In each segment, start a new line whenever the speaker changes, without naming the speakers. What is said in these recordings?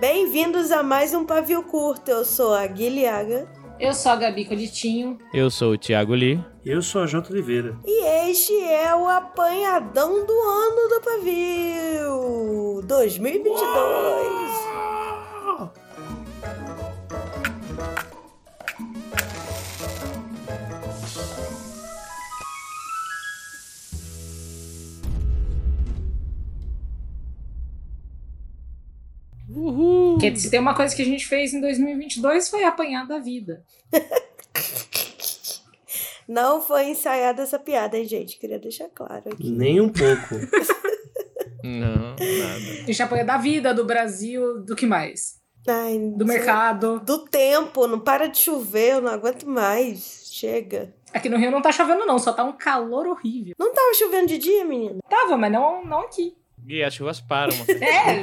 Bem-vindos a mais um Pavio Curto. Eu sou a Guilhaga.
Eu sou a Gabi Coditinho.
Eu sou o Thiago Lee.
Eu sou a Jota Oliveira.
E este é o apanhadão do ano do Pavio 2022.
Porque se tem uma coisa que a gente fez em 2022 foi apanhar da vida.
Não foi ensaiada essa piada, hein, gente? Queria deixar claro aqui.
Nem um pouco.
Não, nada.
A gente apanha da vida, do Brasil, do que mais?
Ai,
Do mercado.
Do tempo, não para de chover, eu não aguento mais. Chega.
Aqui no Rio não tá chovendo, não, só tá um calor horrível.
Não tava chovendo de dia, menina?
Tava, mas não, não aqui.
Gui, as chuvas param.
É,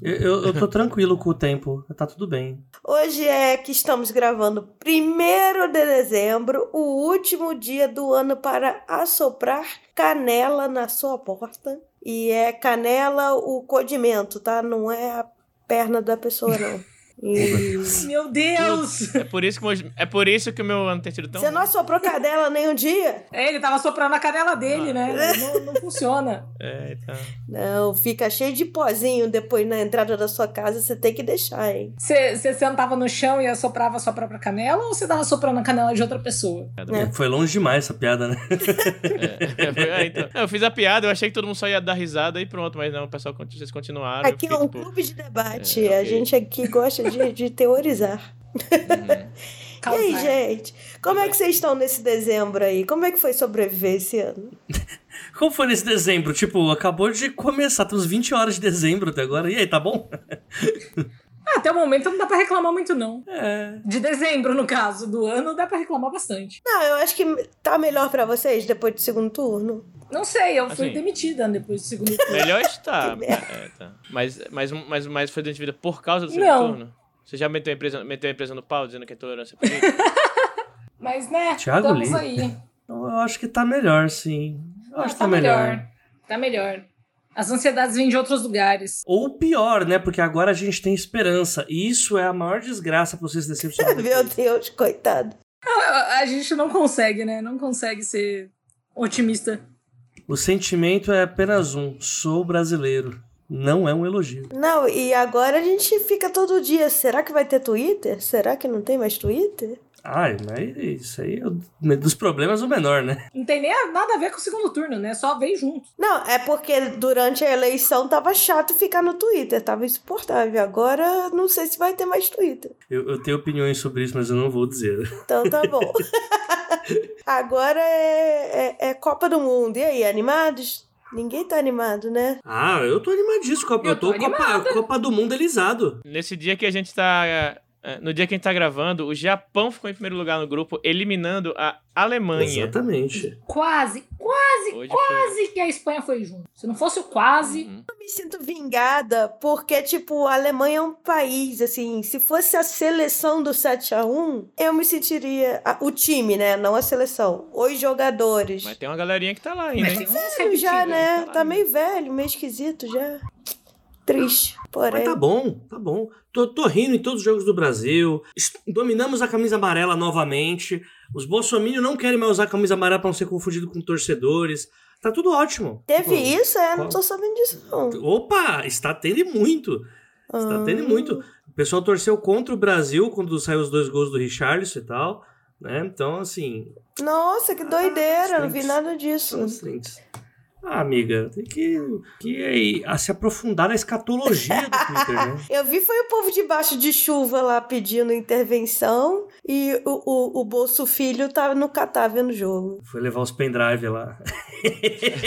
Eu, eu, eu tô tranquilo com o tempo. Tá tudo bem.
Hoje é que estamos gravando 1 de dezembro, o último dia do ano para assoprar canela na sua porta. E é canela o codimento, tá? Não é a perna da pessoa, não. E...
meu Deus!
É por isso que, meus- é por isso que o meu ano tem sido tão.
Você não assoprou canela nem um dia?
É, ele tava soprando a canela
Ah.
dele, né? Não, não funciona.
É, então.
Não, fica cheio de pozinho depois na entrada da sua casa, você tem que deixar, hein?
Você você sentava no chão e assoprava a sua própria canela ou você tava soprando a canela de outra pessoa?
É.
Foi longe demais essa piada, né?
É, então. Eu fiz a piada, eu achei que todo mundo só ia dar risada e pronto, mas não, o pessoal, conti- vocês continuaram. eu
Aqui é
fiquei,
um
tipo,
clube de debate,
é,
a
ok.
gente aqui gosta de, de teorizar.
hum.
E aí,
Causar.
gente? Como é que vocês estão nesse dezembro aí? Como é que foi sobreviver esse ano?
Como foi nesse dezembro? Tipo, acabou de começar. Temos 20 horas de dezembro até agora. E aí, tá bom?
Ah, até o momento não dá pra reclamar muito, não.
É.
De dezembro, no caso, do ano, dá pra reclamar bastante.
Não, eu acho que tá melhor pra vocês depois do segundo turno.
Não sei, eu fui
Assim.
demitida depois do segundo turno.
Melhor está.
Que
é, tá. Mas, mas, mas, mas foi durante a vida por causa do segundo
Não.
turno? Você já meteu a, empresa, meteu a empresa no pau dizendo que é tolerância política?
Mas, né,
Thiago
estamos
Lee.
aí.
Eu acho que tá melhor, sim. Eu
Ah,
acho que tá, melhor.
Tá melhor. As ansiedades vêm de outros lugares.
Ou pior, né? Porque agora a gente tem esperança. E isso é a maior desgraça pra vocês decepcionarem.
Meu Deus, coitado.
A, a gente não consegue, né? Não consegue ser otimista.
O sentimento é apenas um. Sou brasileiro. Não é um elogio.
Não, e agora a gente fica todo dia. Será que vai ter Twitter? Será que não tem mais Twitter?
Ai, mas isso aí é o- dos problemas o menor, né?
Não tem nem a- nada a ver com o segundo turno, né? Só vem junto.
Não, é porque durante a eleição tava chato ficar no Twitter, tava insuportável. Agora não sei se vai ter mais Twitter.
Eu, eu tenho opiniões sobre isso, mas eu não vou dizer.
Então tá bom. Agora é, é- é Copa do Mundo. E aí, animados? Ninguém tá animado, né?
Ah, eu tô animadíssimo. Copa,
Eu
eu,
tô
tô, Copa, Copa do Mundo alisado.
Nesse dia que a gente tá. é, é, No dia que a gente tá gravando, o Japão ficou em primeiro lugar no grupo, eliminando a Alemanha.
Exatamente.
Quase, quase,
Hoje foi-
quase que a Espanha foi junto. Se não fosse o quase.
Uhum.
Eu me sinto vingada porque, tipo, a Alemanha é um país, assim, se fosse a seleção do 7x1, eu me sentiria. a- o time, né? Não a seleção. Os jogadores.
Mas tem uma galerinha que tá lá ainda,
Mas
hein?
tem um uns
é
Velho já,
repetidos.
né?
caralho.
Tá meio velho, meio esquisito já. Triste,
Mas
porém.
tá bom, tá bom. Tô, tô rindo em todos os jogos do Brasil. Est- Dominamos a camisa amarela novamente. Os bolsominions não querem mais usar a camisa amarela pra não ser confundido com torcedores. Tá tudo ótimo.
Teve
Tipo,
isso? É, não
qual-
tô sabendo disso, não.
Opa, está tendo e muito.
Ah.
Está Tá tendo e muito. O pessoal torceu contra o Brasil quando saiu os dois gols do Richarlison e tal. Né? Então, assim,
Ah, Nossa, que
Ah,
doideira, não vi
gente.
nada disso.
São os trends. Ah, amiga, tem que, que aí, a se aprofundar na escatologia do Twitter, né?
Eu vi foi o povo debaixo de chuva lá pedindo intervenção e o, o, o Bolso Filho tava no Catar vendo o jogo.
Foi levar os pendrive lá.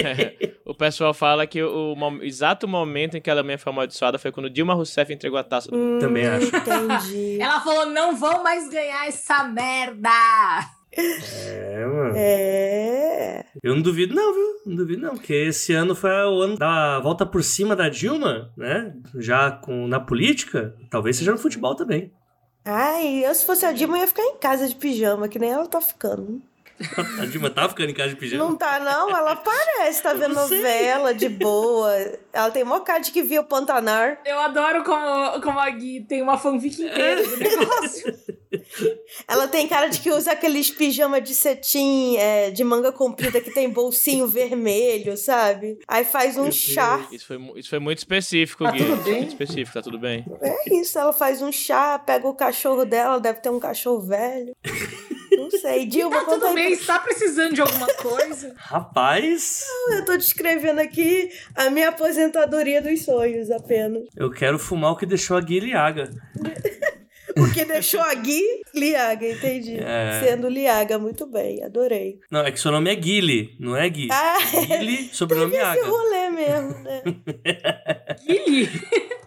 o pessoal fala que o, mom- exato momento em que a Alemanha foi amaldiçoada foi quando Dilma Rousseff entregou a taça do
Hum,
Também acho.
Entendi.
Ela falou: não vão mais ganhar essa merda.
É, mano.
É.
Eu não duvido não, viu? Não duvido não, porque esse ano foi o ano da volta por cima da Dilma, né? Já com, na política, talvez seja no futebol também.
Ai, eu se fosse a Dilma eu ia ficar em casa de pijama, que nem ela tá ficando.
A Dilma tá ficando em casa de pijama.
Não tá, não? Ela parece, tá vendo novela de boa. Ela tem mó cara de que viu o Pantanar.
Eu adoro como, como a Gui tem uma fanfic inteira né? do negócio.
Ela tem cara de que usa aqueles pijama de cetim é, de manga comprida que tem bolsinho vermelho, sabe? Aí faz um
Meu
chá.
Isso foi, mu- isso foi muito específico,
Tá
Gui.
tudo
Isso foi
bem?
Muito específico, tá tudo bem.
É isso, ela faz um chá, pega o cachorro dela, deve ter um cachorro velho. Não sei. Dilma,
Tá
conta
tudo
aí
bem, está precisando de alguma coisa.
Rapaz,
Eu tô descrevendo aqui a minha aposentadoria dos sonhos apenas.
eu quero fumar o que deixou a Guilhaga.
O que deixou a Gui Liaga, entendi.
É.
Sendo Liaga, muito bem, adorei.
Não, é que seu nome é Guile, não é Gui.
Ah,
Guile, sobrenome
esse
Aga.
rolê mesmo, né?
Gui,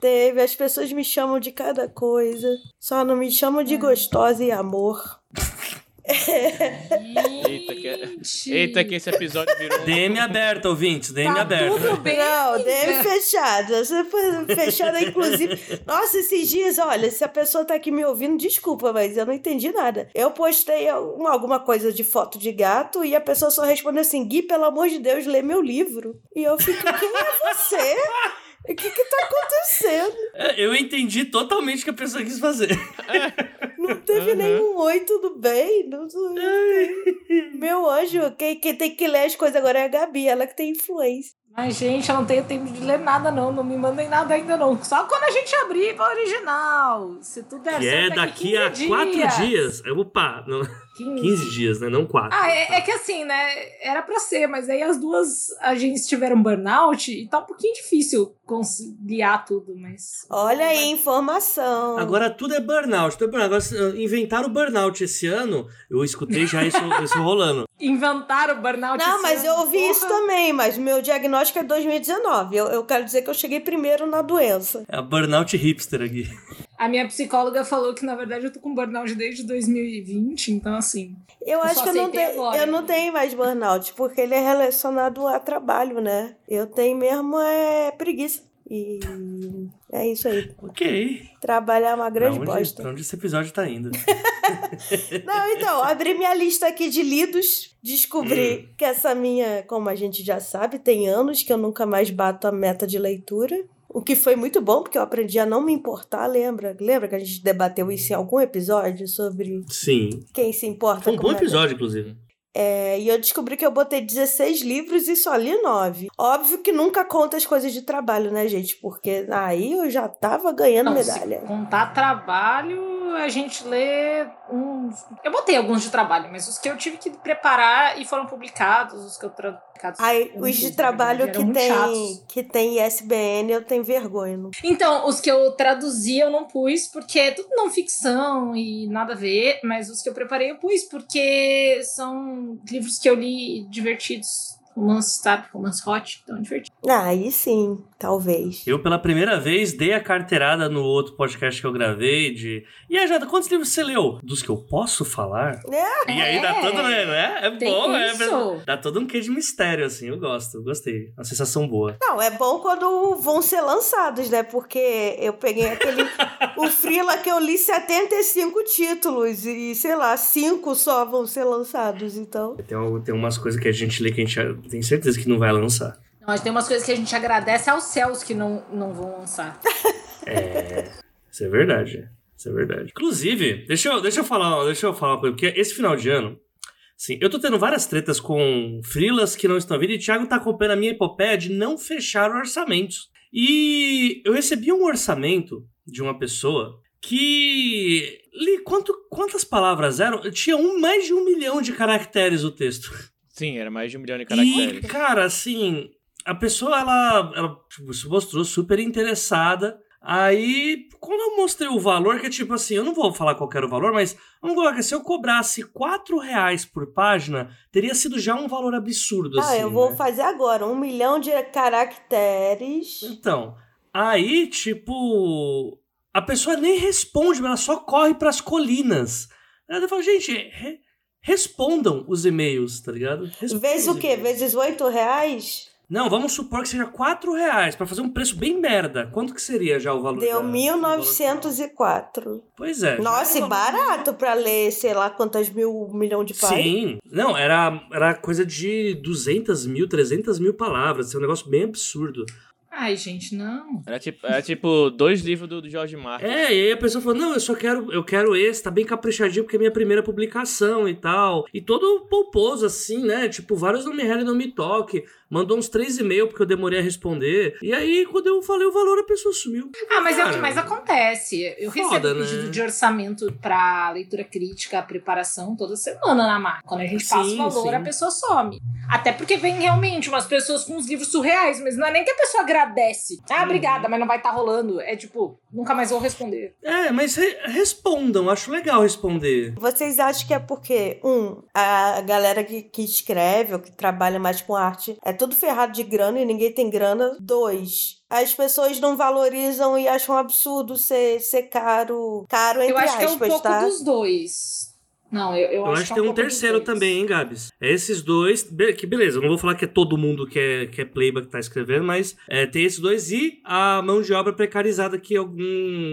Teve, as pessoas me chamam de cada coisa. Só não me chamam de gostosa e amor.
Eita,
gente.
Eita, que esse episódio virou. um-
DM aberta, ouvintes, DM
Tá
aberta.
tudo bem. assim, né?
Não, deve fechado. Essa foi Fechada, inclusive. Nossa, esses dias, olha, se a pessoa tá aqui me ouvindo, desculpa, mas eu não entendi nada. Eu postei alguma, alguma coisa de foto de gato e a pessoa só respondeu assim: Gui, pelo amor de Deus, lê meu livro. E eu fico, quem é você? O que que tá acontecendo?
É, Eu entendi totalmente o que a pessoa quis fazer.
Não teve
Uhum.
nenhum oi, tudo bem? Não- não- Meu anjo, quem, quem tem que ler as coisas agora é a Gabi, ela que tem influência.
Mas, gente, eu não tenho tempo de ler nada, não. Não me mandem nada ainda, não. Só quando a gente abrir pra original. Se tudo der
Que é
certo,
daqui a
15
quatro dias. É, Opa, não,
15.
15 dias, né? Não quatro.
Ah, é, é que assim, né? Era pra ser, mas aí as duas agências tiveram burnout e tá um pouquinho difícil conciliar tudo, mas.
Olha aí, informação.
Agora tudo é burnout. Tudo é burnout. Agora, se- inventaram o burnout esse ano. Eu escutei já isso, isso rolando.
Inventaram o burnout.
Não,
esse
mas eu
ano,
ouvi
porra.
isso também, mas meu diagnóstico é 2019. Eu, eu quero dizer que eu cheguei primeiro na doença.
É a burnout hipster aqui.
A minha psicóloga falou que, na verdade, eu tô com burnout desde 2020, então assim.
Eu, acho
só
que eu não,
aceitei
tenho-
agora.
eu não tenho mais burnout, porque ele é relacionado a trabalho, né? Eu tenho mesmo é preguiça. E é isso aí.
Ok.
Trabalhar é uma grande
pra, onde, pra
bosta.
onde esse episódio tá indo?
Não, então, abri minha lista aqui de lidos, descobri
Hum.
que essa minha, como a gente já sabe, tem anos que eu nunca mais bato a meta de leitura. O que foi muito bom, porque eu aprendi a não me importar, lembra? Lembra que a gente debateu isso em algum episódio sobre
Sim.
quem se importa
Tá
Foi um
com
bom
meta?
episódio, inclusive.
É, e eu descobri que eu botei 16 livros e só li 9. Óbvio que nunca conta as coisas de trabalho, né, gente? Porque aí eu já tava ganhando
Não, se
medalha.
Contar trabalho, a gente lê uns. Eu botei alguns de trabalho, mas os que eu tive que preparar e foram publicados, os que eu tra- publicados.
Aí,
eu não
os
sei,
de
na
trabalho
verdade, eram
que
muito chatos.
tem, que tem ISBN, eu tenho vergonha. Não
Então, os que eu traduzi eu não pus, porque é tudo não ficção e nada a ver, mas os que eu preparei eu pus, porque são livros que eu li divertidos. Romance, sabe? Romance hot, então é divertido.
Ah, Aí sim, talvez.
Eu, pela primeira vez, dei a carteirada no outro podcast que eu gravei de. E aí, Jada, quantos livros você leu? Dos que eu posso falar?
É.
E aí dá
É.
todo, né? né? É
Tem
bom, é.
isso.
Dá todo um quê de mistério, assim. Eu gosto, eu gostei. Uma sensação boa.
Não, é bom quando vão ser lançados, né? Porque eu peguei aquele. o Frila que eu li 75 títulos e, sei lá, cinco só vão ser lançados, então.
Tem, al- tem umas coisas que a gente lê que a gente tem certeza que não vai lançar.
Não, mas tem umas coisas que a gente agradece aos céus que não, não vão lançar.
Isso é verdade. Isso é verdade. Inclusive, deixa eu, deixa eu falar, deixa eu falar uma coisa, porque esse final de ano, assim, eu tô tendo várias tretas com frilas que não estão vindo, e o Thiago tá acompanhando a minha epopeia de não fechar orçamentos. E eu recebi um orçamento de uma pessoa que. Li quanto, quantas palavras eram? Tinha um, mais de um milhão de caracteres o texto.
Sim, era mais de um milhão de caracteres.
E, cara, assim, a pessoa, ela, ela tipo, se mostrou super interessada. Aí, quando eu mostrei o valor, que é tipo assim, eu não vou falar qual que era o valor, mas vamos colocar, se eu cobrasse 4 reais por página, teria sido já um valor absurdo,
Ah,
assim.
eu vou
né?
fazer agora um milhão de caracteres.
Então, aí, tipo, a pessoa nem responde, mas ela só corre pras colinas. Aí eu falo, gente, re- respondam os e-mails, tá ligado? Respondam
Vezes o
os
quê?
e-mails.
Vezes oito reais?
Não, vamos supor que seja 4 reais pra fazer um preço bem merda. Quanto que seria já o valor?
Deu
da-
1904.
Pois é.
Nossa, e barato pra ler, sei lá, quantas mil milhões de páginas.
Sim. Não, era, era coisa de 200 mil, 300 mil palavras. Isso é um negócio bem absurdo.
Ai, gente, não.
Era tipo, era tipo dois livros do, do Jorge Martin.
É, e aí a pessoa falou: não, eu só quero, eu quero esse, tá bem caprichadinho, porque é minha primeira publicação e tal. E todo pouposo, assim, né? Tipo, vários não me relem, não me toque. Mandou uns três e-mail porque eu demorei a responder. E aí, quando eu falei o valor, a pessoa sumiu.
Ah, mas é o
Cara,
que mais acontece. Eu
foda,
recebo
né?
pedido de orçamento pra leitura crítica, preparação toda semana na marca. Quando a gente passa
Sim,
o valor,
sim.
a pessoa some. Até porque vem realmente umas pessoas com uns livros surreais, mas não é nem que a pessoa agradece.
Uhum.
Ah, obrigada, mas não vai estar rolando. É tipo, nunca mais vou responder.
É, mas re- respondam, acho legal responder.
Vocês acham que é porque, um, a galera que, que escreve ou que trabalha mais com arte é tudo ferrado de grana e ninguém tem grana? Dois, as pessoas não valorizam e acham absurdo ser, ser caro. Caro, entre
eu acho que é
aspas,
um pouco
tá?
dos dois. Não, eu, eu,
Eu acho que
é
tem um
pouco dos
terceiro
dois.
também, hein, Gabs? É esses dois. be- Que beleza, eu não vou falar que é todo mundo que é, que é Playboy que tá escrevendo, mas é, tem esses dois e a mão de obra precarizada que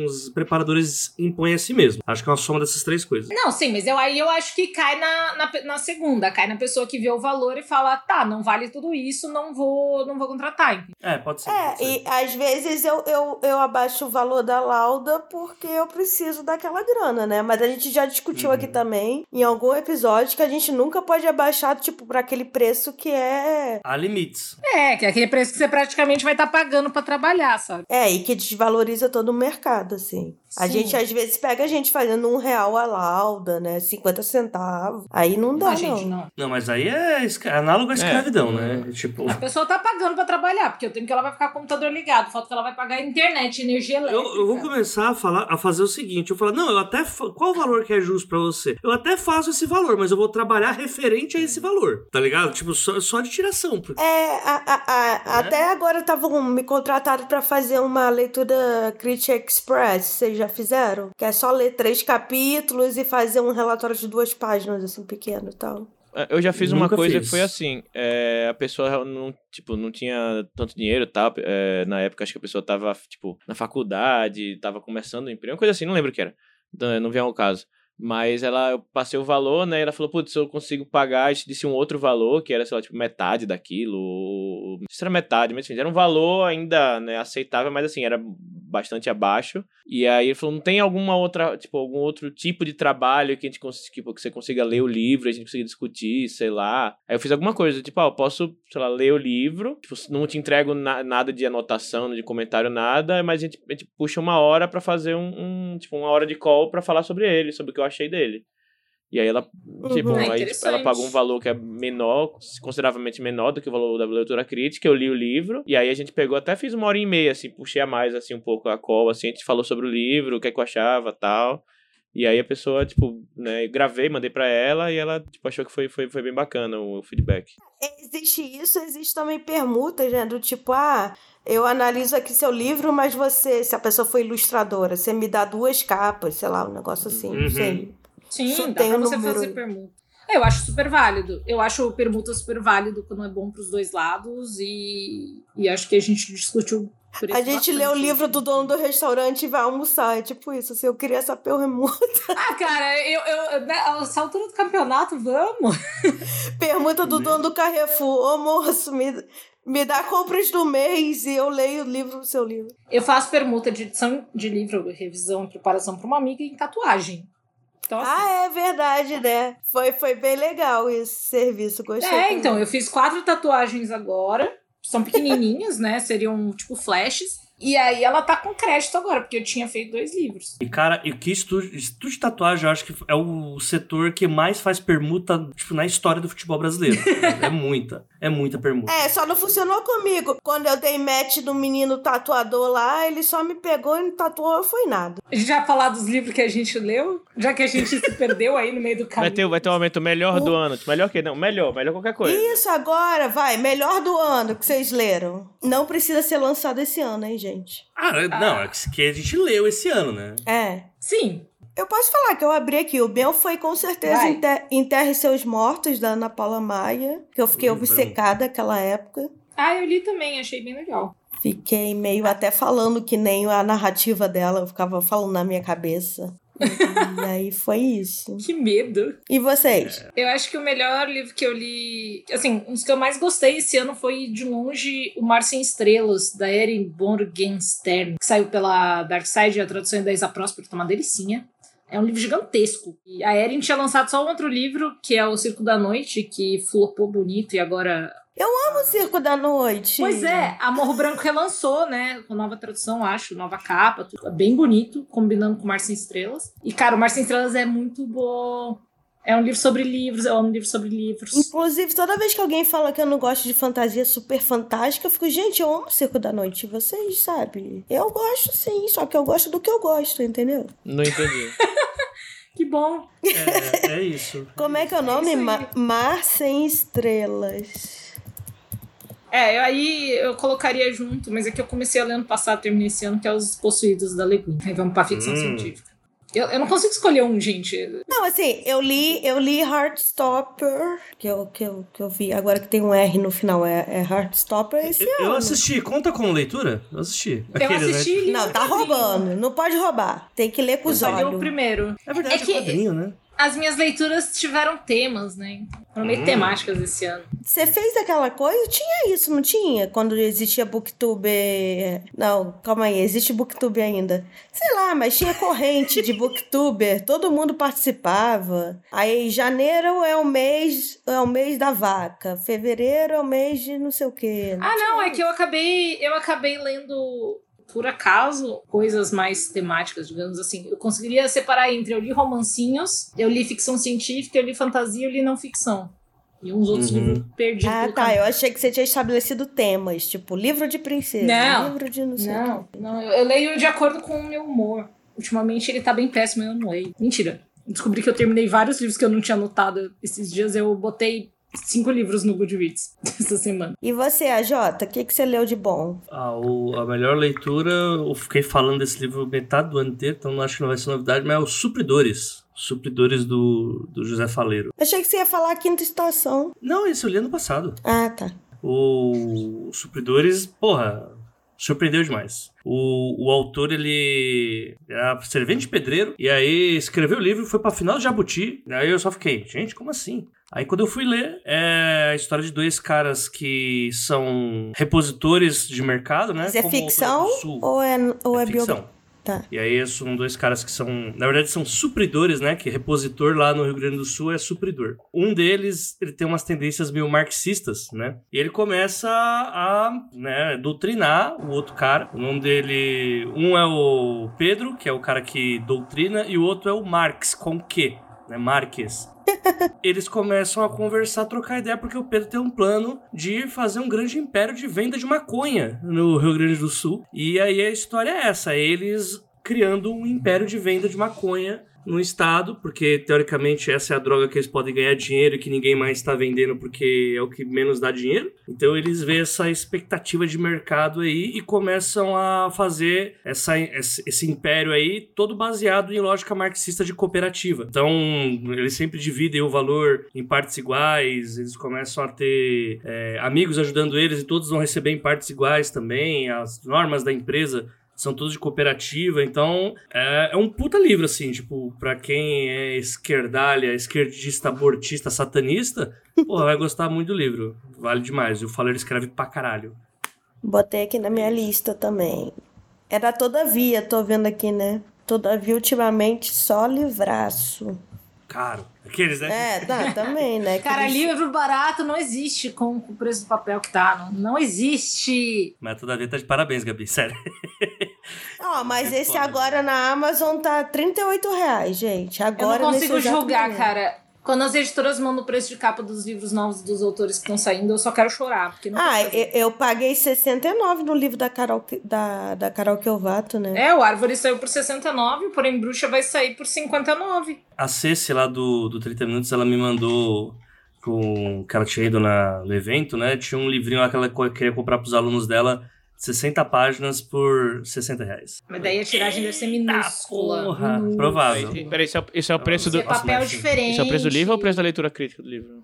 alguns preparadores impõem a si mesmo. Acho que é uma soma dessas três coisas.
Não, sim, mas eu, aí eu acho que cai na, na, pe- na segunda, cai na pessoa que vê o valor e fala, tá, não vale tudo isso, não vou, não vou contratar. entendeu?
É, pode ser. pode
É,
ser.
e às vezes eu, eu, eu abaixo o valor da lauda porque eu preciso daquela grana, né? Mas a gente já discutiu
Uhum.
aqui também, em algum episódio, que a gente nunca pode abaixar, tipo, pra aquele preço que é.
Há limites.
É, que é aquele preço que você praticamente vai estar pagando pra trabalhar, sabe?
É, e que desvaloriza todo o mercado, assim. A
Sim.
gente, às vezes, pega a gente fazendo um real a lauda, né? 50 centavos. Aí não dá,
ah, gente,
não.
não.
Não, mas aí é esca- análogo à escravidão, né? Tipo.
A pessoa tá pagando pra trabalhar, porque eu tenho que ela vai ficar com o computador ligado, falta que ela vai pagar a internet, energia elétrica.
Eu, eu vou começar a falar, a fazer o seguinte, eu falo, não, eu até fa- qual o valor que é justo pra você? Eu até faço esse valor, mas eu vou trabalhar referente a esse valor, tá ligado? Tipo só, só de tiração, porque
É, a- a- a-
Né?
até agora estavam me contrataram pra fazer uma leitura Critic Express, vocês já fizeram? Que é só ler três capítulos e fazer um relatório de duas páginas, assim, pequeno e tal.
É, Eu já fiz uma
Nunca
coisa
fiz.
que foi assim, é, a pessoa não, tipo, não tinha tanto dinheiro, tá? É, na época acho que a pessoa tava, tipo, na faculdade, tava começando o emprego, uma coisa assim, não lembro o que era. Então, Não vem ao caso. Mas ela, eu passei o valor, né? e Ela falou, putz, eu consigo pagar, isso disse um outro valor, que era, sei lá, tipo, metade daquilo, ou... não sei se era metade, mas enfim, era um valor ainda, né, aceitável, mas assim, era bastante abaixo. E aí ele falou, não tem alguma outra, tipo, algum outro tipo de trabalho que a gente consiga, tipo, que você consiga ler o livro, a gente consiga discutir, sei lá. Aí eu fiz alguma coisa, tipo, ah, eu posso, sei lá, ler o livro, tipo, não te entrego na- nada de anotação, de comentário, nada, mas a gente, a gente puxa uma hora pra fazer um, um, tipo, uma hora de call pra falar sobre ele, sobre o que eu achei dele. E aí ela, tipo,
Ah,
aí, tipo, ela
interessante.
pagou um valor que é menor, consideravelmente menor do que o valor da leitura crítica, eu li o livro, e aí a gente pegou, até fiz uma hora e meia, assim, puxei a mais, assim, um pouco a call, assim, a gente falou sobre o livro, o que é que eu achava, tal, e aí a pessoa, tipo, né, eu gravei, mandei pra ela, e ela, tipo, achou que foi, foi, foi bem bacana o feedback.
Existe isso, existe também permutas, né? Do tipo, ah, eu analiso aqui seu livro, mas você, se a pessoa for ilustradora, você me dá duas capas, sei lá, um negócio assim, não
Uhum.
sei.
Sim, dá
Tem
pra
o
você
número.
fazer permuta. É, Eu acho super válido. Eu acho o permuta super válido quando é bom pros dois lados e, e acho que a gente discutiu por isso
A gente lê o
bastante.
livro do dono do restaurante e vai almoçar, é tipo isso, assim, eu queria essa permuta.
Ah, cara, eu, eu, né, essa altura do campeonato, vamos.
Pergunta do
Né?
dono do Carrefour. Ô, moço, me, me dá compras do mês e eu leio o livro, o seu livro.
Eu faço permuta de edição de livro, revisão e preparação pra uma amiga em tatuagem. Então, assim,
Ah, é verdade, né? Foi, foi bem legal esse serviço, gostei.
É,
também.
então, eu fiz quatro tatuagens agora. São pequenininhas, né? Seriam tipo flashes. E aí ela tá com crédito agora, porque eu tinha feito dois livros.
E cara, e que estúdio, estúdio de tatuagem eu acho que é o setor que mais faz permuta tipo, na história do futebol brasileiro. é muita, é muita permuta.
É, só não funcionou comigo. Quando eu dei match do menino tatuador lá, ele só me pegou e não tatuou, foi nada.
A gente vai falar dos livros que a gente leu, já que a gente se perdeu aí no meio do
Vai
caminho.
ter, vai ter um momento melhor do ano, tipo, melhor que, não, melhor, melhor qualquer coisa.
Isso agora, vai, melhor do ano que vocês leram. Não precisa ser lançado esse ano, hein, gente?
Ah, não, é que- que a gente leu esse ano, né?
É.
um
Sim.
Eu posso falar que eu abri aqui. O meu foi com certeza
Vai.
Enter- Enterre Seus Mortos, da Ana Paula Maia, que eu fiquei
Hum,
obcecada naquela época.
Ah, eu li também, achei bem legal.
Fiquei meio até falando que nem a narrativa dela, eu ficava falando na minha cabeça. E aí foi isso.
Que medo.
E vocês?
Eu acho que o melhor livro que eu li, assim, um dos que eu mais gostei esse ano foi de longe O Mar Sem Estrelas, da Erin Borgenstern, que saiu pela Dark Side, a tradução da Isa Próspero, tá uma delicinha. É um livro gigantesco. E a Erin tinha lançado só um outro livro, que é O Circo da Noite, que flopou bonito e agora
No circo da noite.
Pois é, a Morro Branco relançou, né? Com nova tradução, acho, nova capa, tudo É bem bonito, combinando com o Mar Sem Estrelas. E, cara, o Mar Sem Estrelas é muito bom. É um livro sobre livros, eu amo livro sobre livros.
Inclusive, toda vez que alguém fala que eu não gosto de fantasia super fantástica, eu fico, gente, eu amo o Circo da Noite, vocês sabem. Eu gosto sim, só que eu gosto do que eu gosto, entendeu?
Não entendi.
Que bom.
É, é isso.
Como é que é o nome?
isso aí.
Ma- Mar Sem Estrelas.
É, eu, aí eu colocaria junto, mas é que eu comecei a ler ano passado, terminei esse ano, que é Os Possuídos da Leguin. Aí vamos pra ficção
Hum.
científica. Eu, eu não consigo escolher um, gente.
Não, assim, eu li, eu li Heartstopper, que eu, que, eu, que eu vi, agora que tem um R no final, é, é Heartstopper esse
Eu, eu
ano.
assisti, conta com leitura? Eu assisti.
Eu
Aqueles, né?
assisti. livro
Não, tá
quadrinho.
roubando, não pode roubar, tem que ler com
Eu um
os
só li o
olhos.
primeiro.
É verdade,
É
é
que-
quadrinho, né?
As minhas leituras tiveram temas, né? Foram meio
Hum.
temáticas esse ano.
Você fez aquela coisa? Tinha isso, não tinha? Quando existia booktuber. Não, calma aí, existe booktuber ainda. Sei lá, mas tinha corrente de booktuber, todo mundo participava. Aí janeiro é o mês, é o mês da vaca, fevereiro é o mês de não sei o quê.
Ah, não, é que eu acabei, eu acabei lendo por acaso coisas mais temáticas, digamos assim. Eu conseguiria separar entre eu li romancinhos, eu li ficção científica, eu li fantasia, eu li não ficção. E uns outros
Uhum.
livros perdidos.
Ah,
pelo
tá.
caminho.
Eu achei que você tinha estabelecido temas, tipo livro de princesa,
Não.
livro de não sei o quê.
Não, não, eu, eu leio de acordo com o meu humor. Ultimamente ele tá bem péssimo, eu não leio. Mentira. Descobri que eu terminei vários livros que eu não tinha anotado esses dias. Eu botei cinco livros no Goodreads essa semana.
E você, AJ, o que, que você leu de bom?
Ah, o- a melhor leitura, eu fiquei falando desse livro metade do ano inteiro, então acho que não vai ser novidade, mas é o Supridores. Supridores do, do José Faleiro.
Achei que você ia falar a quinta estação.
Não, esse eu li ano passado.
Ah, tá.
O Supridores, porra, surpreendeu demais. O, o autor, ele era servente de pedreiro, e aí escreveu o livro, foi pra final do Jabuti, e aí eu só fiquei, gente, como assim? Aí quando eu fui ler, é a história de dois caras que são repositores de mercado, né?
Mas é
como o
ficção
Sul.
ou é, ou é,
ficção.
biografia? Tá.
E aí são dois caras que são, na verdade são supridores, né? Que repositor lá no Rio Grande do Sul é supridor. Um deles, ele tem umas tendências meio marxistas, né? E ele começa a, né, doutrinar o outro cara. O nome dele, um é o Pedro, que é o cara que doutrina, e o outro é o Marx, com Q, né? Marques eles começam a conversar, trocar ideia, porque o Pedro tem um plano de fazer um grande império de venda de maconha no Rio Grande do Sul. E aí a história é essa: eles criando um império de venda de maconha no estado, porque teoricamente essa é a droga que eles podem ganhar dinheiro e que ninguém mais está vendendo porque é o que menos dá dinheiro. Então eles veem essa expectativa de mercado aí e começam a fazer essa, esse esse império aí todo baseado em lógica marxista de cooperativa. Então eles sempre dividem o valor em partes iguais, eles começam a ter é, amigos ajudando eles e todos vão receber em partes iguais também, as normas da empresa são todos de cooperativa, então é, é um puta livro, assim, tipo, pra quem é esquerdalha, esquerdista, abortista, satanista, porra, vai gostar muito do livro. Vale demais. E o Faleiro escreve pra caralho.
Botei aqui na minha lista também. Era todavia, tô vendo aqui, né? Todavia, ultimamente, só livraço.
Caro. Aqueles, né?
É, tá, também, né?
Cara,
Aqueles-
livro barato não existe com com o preço do papel que tá. Não, não existe.
Mas toda vez tá de parabéns, Gabi, sério.
Ó, mas
É
esse
foda.
agora na Amazon tá R$ 38 reais, gente. Agora
eu não
nesse
consigo
exato
julgar,
momento.
cara. Quando as editoras mandam o preço de capa dos livros novos dos autores que estão saindo, eu só quero chorar. Porque não
Ah,
tem
eu,
fazer.
eu paguei 69 no livro da Carol, da, da Carol Kelvato, né?
É, o Árvore saiu por 69, porém Bruxa vai sair por 59.
A Ceci lá do, do 30 Minutos, ela me mandou com que ela tinha ido na, no evento, né? Tinha um livrinho lá que ela co- queria comprar pros alunos dela, 60 páginas por 60 reais.
Mas daí a tiragem deve ser minúscula.
porra,
Minúscula.
provável.
Peraí, isso é, o- isso é o preço do.
E é papel
Nossa,
diferente.
Isso é o preço do livro ou o preço da leitura crítica do livro?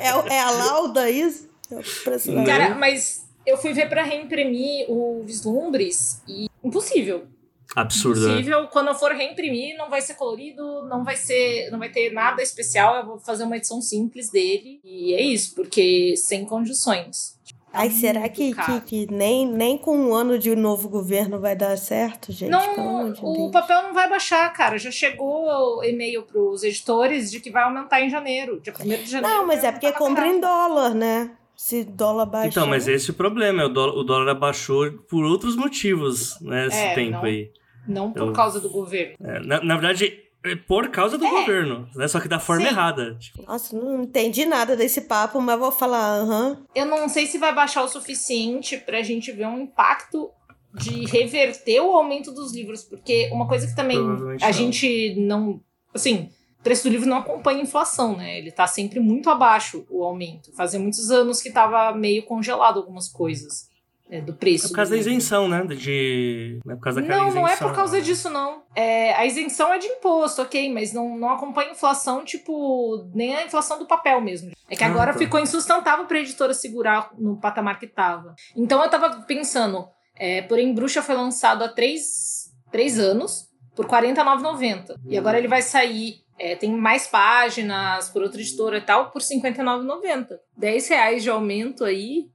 É, o- é a lauda isso? Eu precisava.
Cara, mas eu fui ver pra reimprimir o Vislumbres e impossível.
Absurdo, né?
Impossível. Quando eu for reimprimir, não vai ser colorido, não vai ser, não vai ter nada especial. Eu vou fazer uma edição simples dele e é isso, porque sem condições. Tá
Ai, será
muito
que,
caro.
que, que nem, nem com um ano de novo governo vai dar certo, gente? Pelo amor
Não,
de
o
Deus.
papel não vai baixar, cara. Já chegou o e-mail pros editores de que vai aumentar em janeiro, dia 1 de janeiro. tá
Não, mas
vai
é porque
aumentar pra
compra
caralho.
em dólar, né? Se dólar baixar.
Então, mas esse é o problema. O dólar, o dólar abaixou por outros motivos, né? Esse
É,
tempo
não.
aí.
Não por
Eu-
causa do governo.
É, na, na verdade, é por causa do governo, né? Só que da forma
Sim.
errada. Tipo,
Nossa, não entendi nada desse papo, mas vou falar, aham.
Eu não sei se vai baixar o suficiente pra gente ver um impacto de reverter o aumento dos livros, porque uma coisa que também
Provavelmente
a
não.
gente não, assim, o preço do livro não acompanha a inflação, né? Ele tá sempre muito abaixo o aumento. Fazia muitos anos que tava meio congelado algumas coisas né, do preço.
é por causa da
do livro.
isenção, né? De, não é por causa daquela
Não,
isenção.
não é por causa
né?
disso, não. É, a isenção é de imposto, ok, mas não, não acompanha a inflação, tipo, nem a inflação do papel mesmo. É que
Ah,
agora
tá.
ficou insustentável pra editora segurar no patamar que tava. Então eu tava pensando, é, porém, Bruxa foi lançado há três, três anos por R$ 49,90. E agora ele vai sair. é, tem mais páginas por outra editora e tal, por R$ 59,90. R$ 10 reais de aumento aí.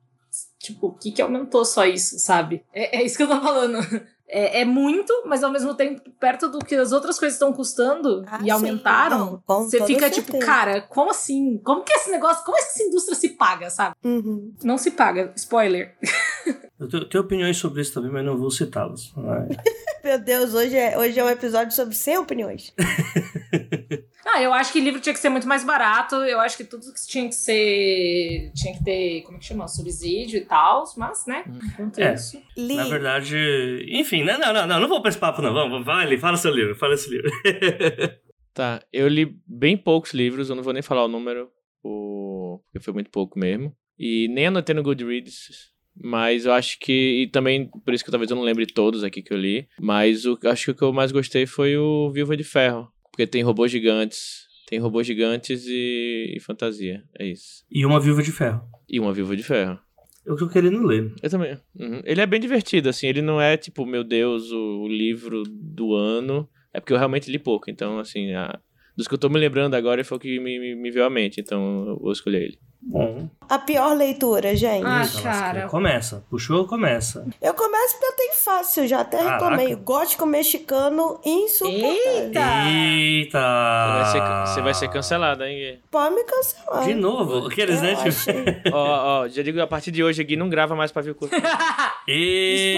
Tipo, o que, que aumentou só isso, sabe? É, é isso que eu tô falando. É, é muito, mas ao mesmo tempo, perto do que as outras coisas estão custando
Ah,
e
sim,
aumentaram,
não, com
você
toda
fica tipo,
certeza.
cara, como assim? Como que esse negócio, como essa indústria se paga, sabe?
Uhum.
Não se paga, spoiler.
Eu tenho, tenho opiniões sobre isso também, mas não vou citá-las. Mas-
Meu Deus, hoje é, hoje é um episódio sobre 100 opiniões.
Ah, eu acho que livro tinha que ser muito mais barato, eu acho que tudo que tinha que ser. tinha que ter, como é que chama? Subsídio e tal, mas, né? Enquanto
É.
isso.
Li.
Na verdade, enfim, né, não, não, não, não, não vou pra esse papo, não. Vamos, vale, fala seu livro, fala seu livro.
Tá, eu li bem poucos livros, eu não vou nem falar o número, o- porque foi muito pouco mesmo. E nem anotei no Goodreads, mas eu acho que. E também, por isso que talvez eu não lembre todos aqui que eu li. Mas o, acho que o que eu mais gostei foi o Viúva de Ferro. Porque tem robôs gigantes. Tem robôs gigantes e, e fantasia. É isso.
E uma viúva de ferro.
E uma Viúva de Ferro.
É o que eu querendo ler.
Eu também. Uhum. Ele é bem divertido, assim. Ele não é tipo, meu Deus, o, o livro do ano. É porque eu realmente li pouco. Então, assim, a- dos que eu tô me lembrando agora foi o que me, me, me veio à mente. Então, eu vou escolher ele.
Bom,
A pior leitura, gente.
Ah,
então, mas
cara.
Começa. Puxou, começa.
Eu começo porque eu tenho fácil, já até
Caraca.
reclamei. Gótico mexicano insuportável.
Tá.
Eita!
Você vai ser, can- você vai ser cancelado, hein?
Pode me cancelar.
De novo, aqueles, né?
Eu
Tipo...
achei.
Gui? Ó, ó, já digo, a partir de hoje aqui não grava mais pra ver o curso.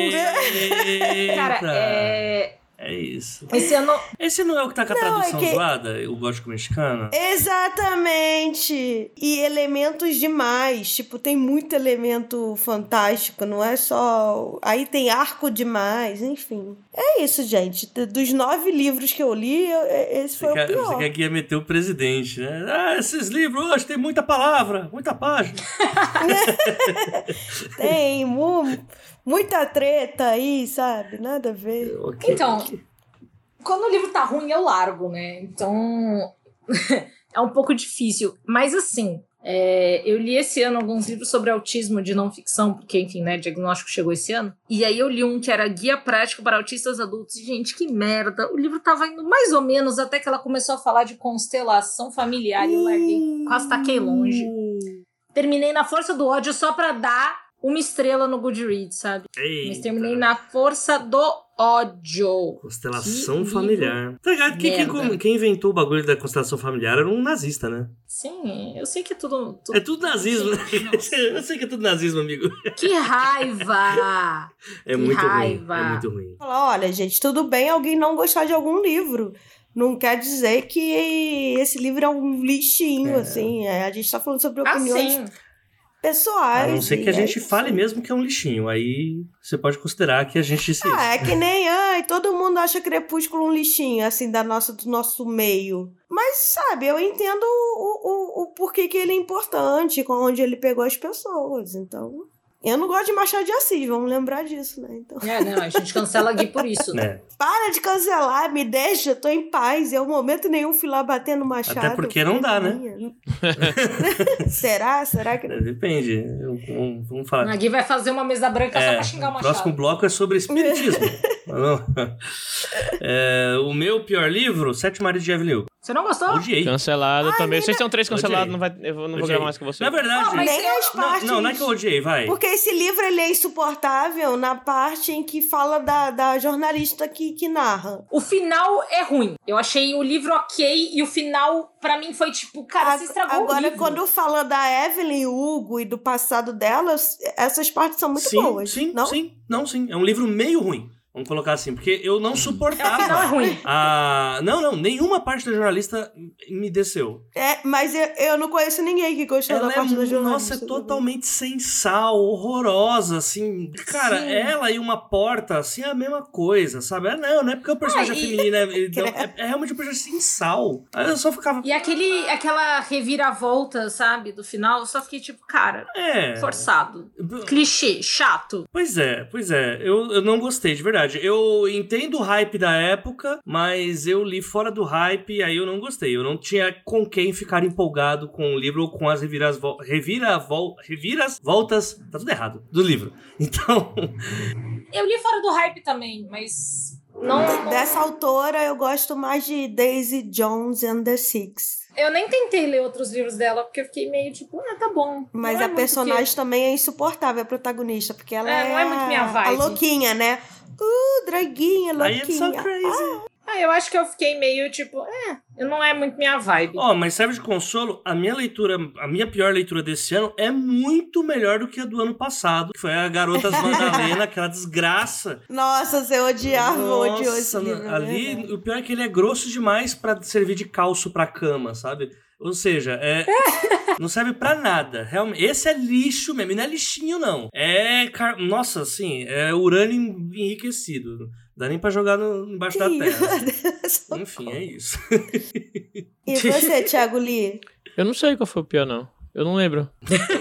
Eita!
Cara, é.
É isso.
Esse ano.
Esse não é o que tá com a
Não, é
tradução
que-
zoada? O gótico mexicano?
Exatamente! E elementos demais. Tipo, tem muito elemento fantástico, não é só. Aí tem arco demais, enfim. É isso, gente. D- Dos nove livros que eu li, eu- é- esse foi
Você
o
quer, você
pior.
quer que ia meter o presidente, né? Ah, esses livros hoje tem muita palavra, muita página.
Tem mu- muita treta aí, sabe? Nada a ver.
Ok.
Então, quando o livro tá ruim, eu largo, né? Então é um pouco difícil. Mas assim, é, eu li esse ano alguns livros sobre autismo de não ficção, porque, enfim, né, diagnóstico chegou esse ano. E aí eu li um que era Guia Prático para Autistas Adultos. E, gente, que merda! O livro tava indo mais ou menos até que ela começou a falar de constelação familiar e eu larguei. quase taquei longe. Terminei na força do ódio só pra dar uma estrela no Goodreads, sabe? Mas
Eita.
terminei na força do ódio.
Constelação
Que
familiar. Tá ligado? que- que-
Merda.
quem inventou o bagulho da constelação familiar era um nazista, né?
Sim, eu sei que é tudo. tudo-
É tudo nazismo, né?
Nossa,
Eu sei que é tudo nazismo, amigo.
que raiva!
É
Que
muito
raiva.
ruim. É muito ruim.
Falar, olha, gente, tudo bem alguém não gostar de algum livro. Não quer dizer que esse livro é um lixinho, assim. É, a gente tá falando sobre
Ah,
opiniões
sim.
pessoais.
A não ser que a
e é
gente
isso.
fale mesmo que é um lixinho. Aí você pode considerar que a gente se.
Ah, é que nem, ai, todo mundo acha Crepúsculo um lixinho, assim, da nossa, do nosso meio. Mas, sabe, eu entendo o, o, o porquê que ele é importante, com onde ele pegou as pessoas, então... Eu não gosto de Machado de Assis, vamos lembrar disso, né? Então,
É, não, a gente cancela aqui por
é.
isso, né?
né?
para de cancelar, me deixa, tô em paz. Eu, momento nenhum, fui lá bater no Machado.
Até porque não dá, né?
né? Será? Será que não?
Depende. Vamos, vamos falar.
Nagui vai fazer uma mesa branca só
É,
pra xingar o
o
Machado.
próximo bloco é sobre espiritismo. Mas não. É, o meu pior livro, Sete Maridos de Avenue.
Você não gostou?
Odiei.
Cancelado também. Vocês são três
Odiei.
cancelados, não, vai, eu vou- não vou
Odiei.
gravar mais com vocês.
Na verdade,
Ah, mas
Nem as
não,
partes.
não, não é que eu odiei, vai.
Porque esse livro ele é insuportável na parte em que fala da, da jornalista que, que narra.
O final é ruim. Eu achei o livro ok e o final, pra mim, foi tipo, cara,
A-
você estragou o
agora,
livro.
quando fala da Evelyn Hugo e do passado delas, essas partes são é muito
sim,
boas.
sim,
não?
sim, não, sim. É um livro meio ruim. Vamos colocar assim, porque eu não
O final é
suportava.
ruim.
a... Não, não, nenhuma parte da jornalista me desceu.
É, mas eu, eu não conheço ninguém que gostou
Ela
da
é,
parte da jornalista. né?
nossa, é totalmente sem sal, horrorosa, assim. Cara,
Sim.
ela e uma porta, assim, é a mesma coisa, sabe? Ah, Não, não é porque o personagem
Ah,
é
e-
feminino, é, ele não- é, é realmente um personagem sem sal. Aí eu só ficava,
E aquele, aquela reviravolta, sabe, do final, eu só fiquei tipo, cara,
é...
forçado. Clichê, chato.
Pois é, pois é. Eu, eu não gostei, de verdade. Eu entendo o hype da época, mas eu li fora do hype e aí eu não gostei. Eu não tinha com quem ficar empolgado com o livro ou com as reviras, reviras, reviras voltas. Tá tudo errado. Do livro. Então.
Eu li fora do hype também, mas não,
Dessa autora, eu gosto mais de Daisy Jones and the Six.
Eu nem tentei ler outros livros dela, porque eu fiquei meio tipo, ah, tá bom.
Mas
Não é
a
muito
personagem também é insuportável, a protagonista, porque ela
É,
é,
não é muito minha
a-
vibe.
a louquinha, né? Uh, draguinha,
Aí é so
louquinha.
crazy.
que- Ah, eu acho que eu fiquei meio tipo, é, eu não é muito minha vibe.
Ó, mas serve de consolo, a minha leitura, a minha pior leitura desse ano é muito melhor do que a do ano passado, que foi a Garotas Madalena, aquela desgraça.
Nossa, você odiava, odiou esse
Nossa,
livro. é
ali,
verdade.
o pior é que ele é grosso demais pra servir de calço pra cama, sabe? Ou seja, é, não serve pra nada. Realmente, esse é lixo mesmo, e não é lixinho não. É, car- nossa, assim, é urânio enriquecido. Dá nem pra jogar no- embaixo da
Que
terra. assim.
isso?
Enfim, é isso.
E você, Thiago Lee?
Eu não sei qual foi o pior, não. Eu não lembro.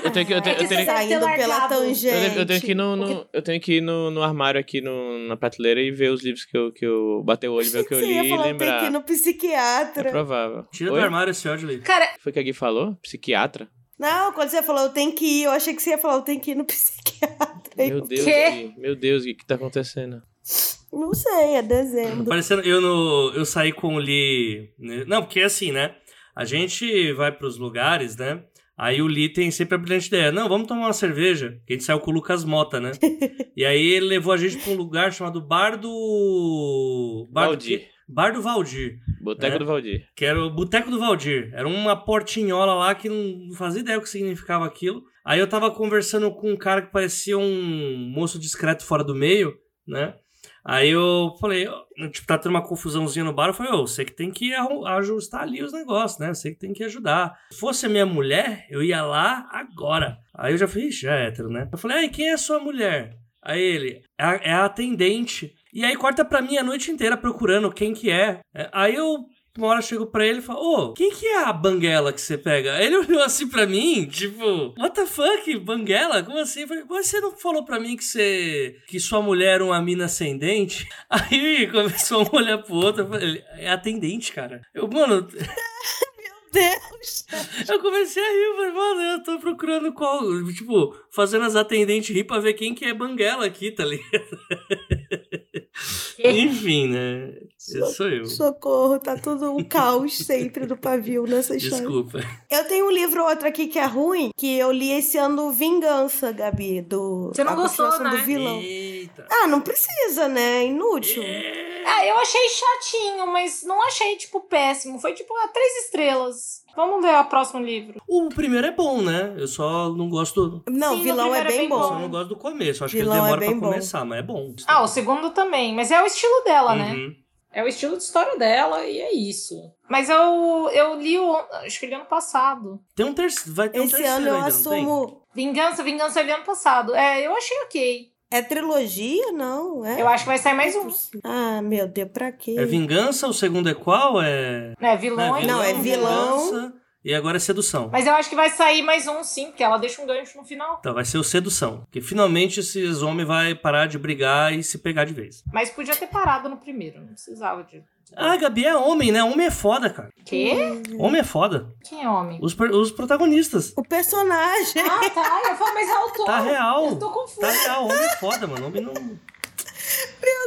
Eu tenho que, eu tenho,
É que
eu tenho,
você deve ter
Saindo pela
largado.
eu
tangente.
tenho- eu tenho que ir no, no- eu tenho que ir no, no armário aqui no, na prateleira e ver os livros que eu, que eu bater o olho, ver é o que eu
Você
li
ia
e
falar, eu tenho que ir
lembrar.
no
É
psiquiatra.
provável.
Tira
Oi?
do armário esse ódio ali.
Cara,
Foi o que a Gui falou? Psiquiatra?
Não, quando você falou, eu tenho que ir, eu achei que você ia falar, eu tenho que ir no psiquiatra.
Meu Deus,
Quê?
Gui. Meu Deus, Gui, o que tá acontecendo?
Não sei, é dezembro.
Parecendo, eu, no, eu saí com o Lee. né? Não, porque é assim, né? A gente vai pros lugares, né? Aí o Lee tem sempre a brilhante ideia. Não, vamos tomar uma cerveja. Que a gente saiu com o Lucas Mota, né? e aí ele levou a gente pra um lugar chamado Bar do. Bar Do...
Valdir.
Bar do Valdir.
Boteco
É.
do Valdir.
Que era o Boteco do Valdir. Era uma portinhola lá que não fazia ideia o que significava aquilo. Aí eu tava conversando com um cara que parecia um moço discreto fora do meio, né? Aí eu falei, ó, tipo, tá tendo uma confusãozinha no bar. Eu falei, ô, você que tem que arru- ajustar ali os negócios, né? Você que tem que ajudar. Se fosse a minha mulher, eu ia lá agora. Aí eu já falei, ixi, já é hétero, né? Eu falei, ai, quem é a sua mulher? Aí ele, é a, é a atendente. E aí corta pra mim a noite inteira procurando quem que é. É, Aí eu uma hora eu chego pra ele e falo, ô, quem que é a banguela que você pega? Ele olhou assim pra mim, tipo, what the fuck, banguela? Como assim? Eu falei, "Mas você não falou pra mim que você. que sua mulher era uma mina ascendente? Aí começou um a olhar pro outro, eu falei, é atendente, cara. Eu, mano,
Deus.
eu comecei a rir, eu falei, mano, eu tô procurando qual. Tipo, fazendo as atendentes rir pra ver quem que é banguela aqui, tá ligado? Enfim, né? Esse sou eu.
Socorro, tá tudo um caos sempre do pavio nessa história.
Desculpa.
Eu tenho um livro ou outro aqui que é ruim, que eu li esse ano Vingança, Gabi, do
Você não
a
gostou,
continuação
né?
do vilão.
Eita.
Ah, não precisa, né? Inútil.
ah, eu achei chatinho, mas não achei, tipo, péssimo. Foi tipo, ah, três estrelas. Vamos ver o próximo livro.
O primeiro é bom, né? Eu só não gosto do.
Não,
Sim, no
vilão é
primeiro
bem,
é bem
Eu
bom.
só não gosto do começo. Acho que
Vilão
ele
é
demora pra
bem bom.
começar, mas é bom.
Ah, o segundo também. Mas é o estilo dela, né?
Uhum.
É o estilo de história dela e é isso. Mas eu, eu li o. Acho que li ano passado.
Tem um terceiro. Vai ter um
Esse
terceiro
ano eu
ainda, não tem?
assumo.
Vingança, Vingança eu li ano passado. É, eu achei ok.
É trilogia? Não, é?
Eu acho que vai sair mais um.
Ah, meu Deus, pra quê?
É vingança, o segundo é qual? É.
Né, vilões.
Não, é vilão.
vingança, E agora é sedução.
Mas eu acho que vai sair mais um, sim, porque ela deixa um gancho no final.
Então, vai ser o sedução. Que finalmente esses homens vai parar de brigar e se pegar de vez.
Mas podia ter parado no primeiro, não precisava de.
Ah, Gabi é homem, né? Homem é foda, cara.
Quê?
Hum.
Homem é foda.
Quem é homem?
Os, per- os protagonistas.
O personagem.
Ah, tá. Eu falo, mas é autor.
Tá real.
Eu tô confusa.
Tá real. Homem é foda, mano. Homem não.
Meu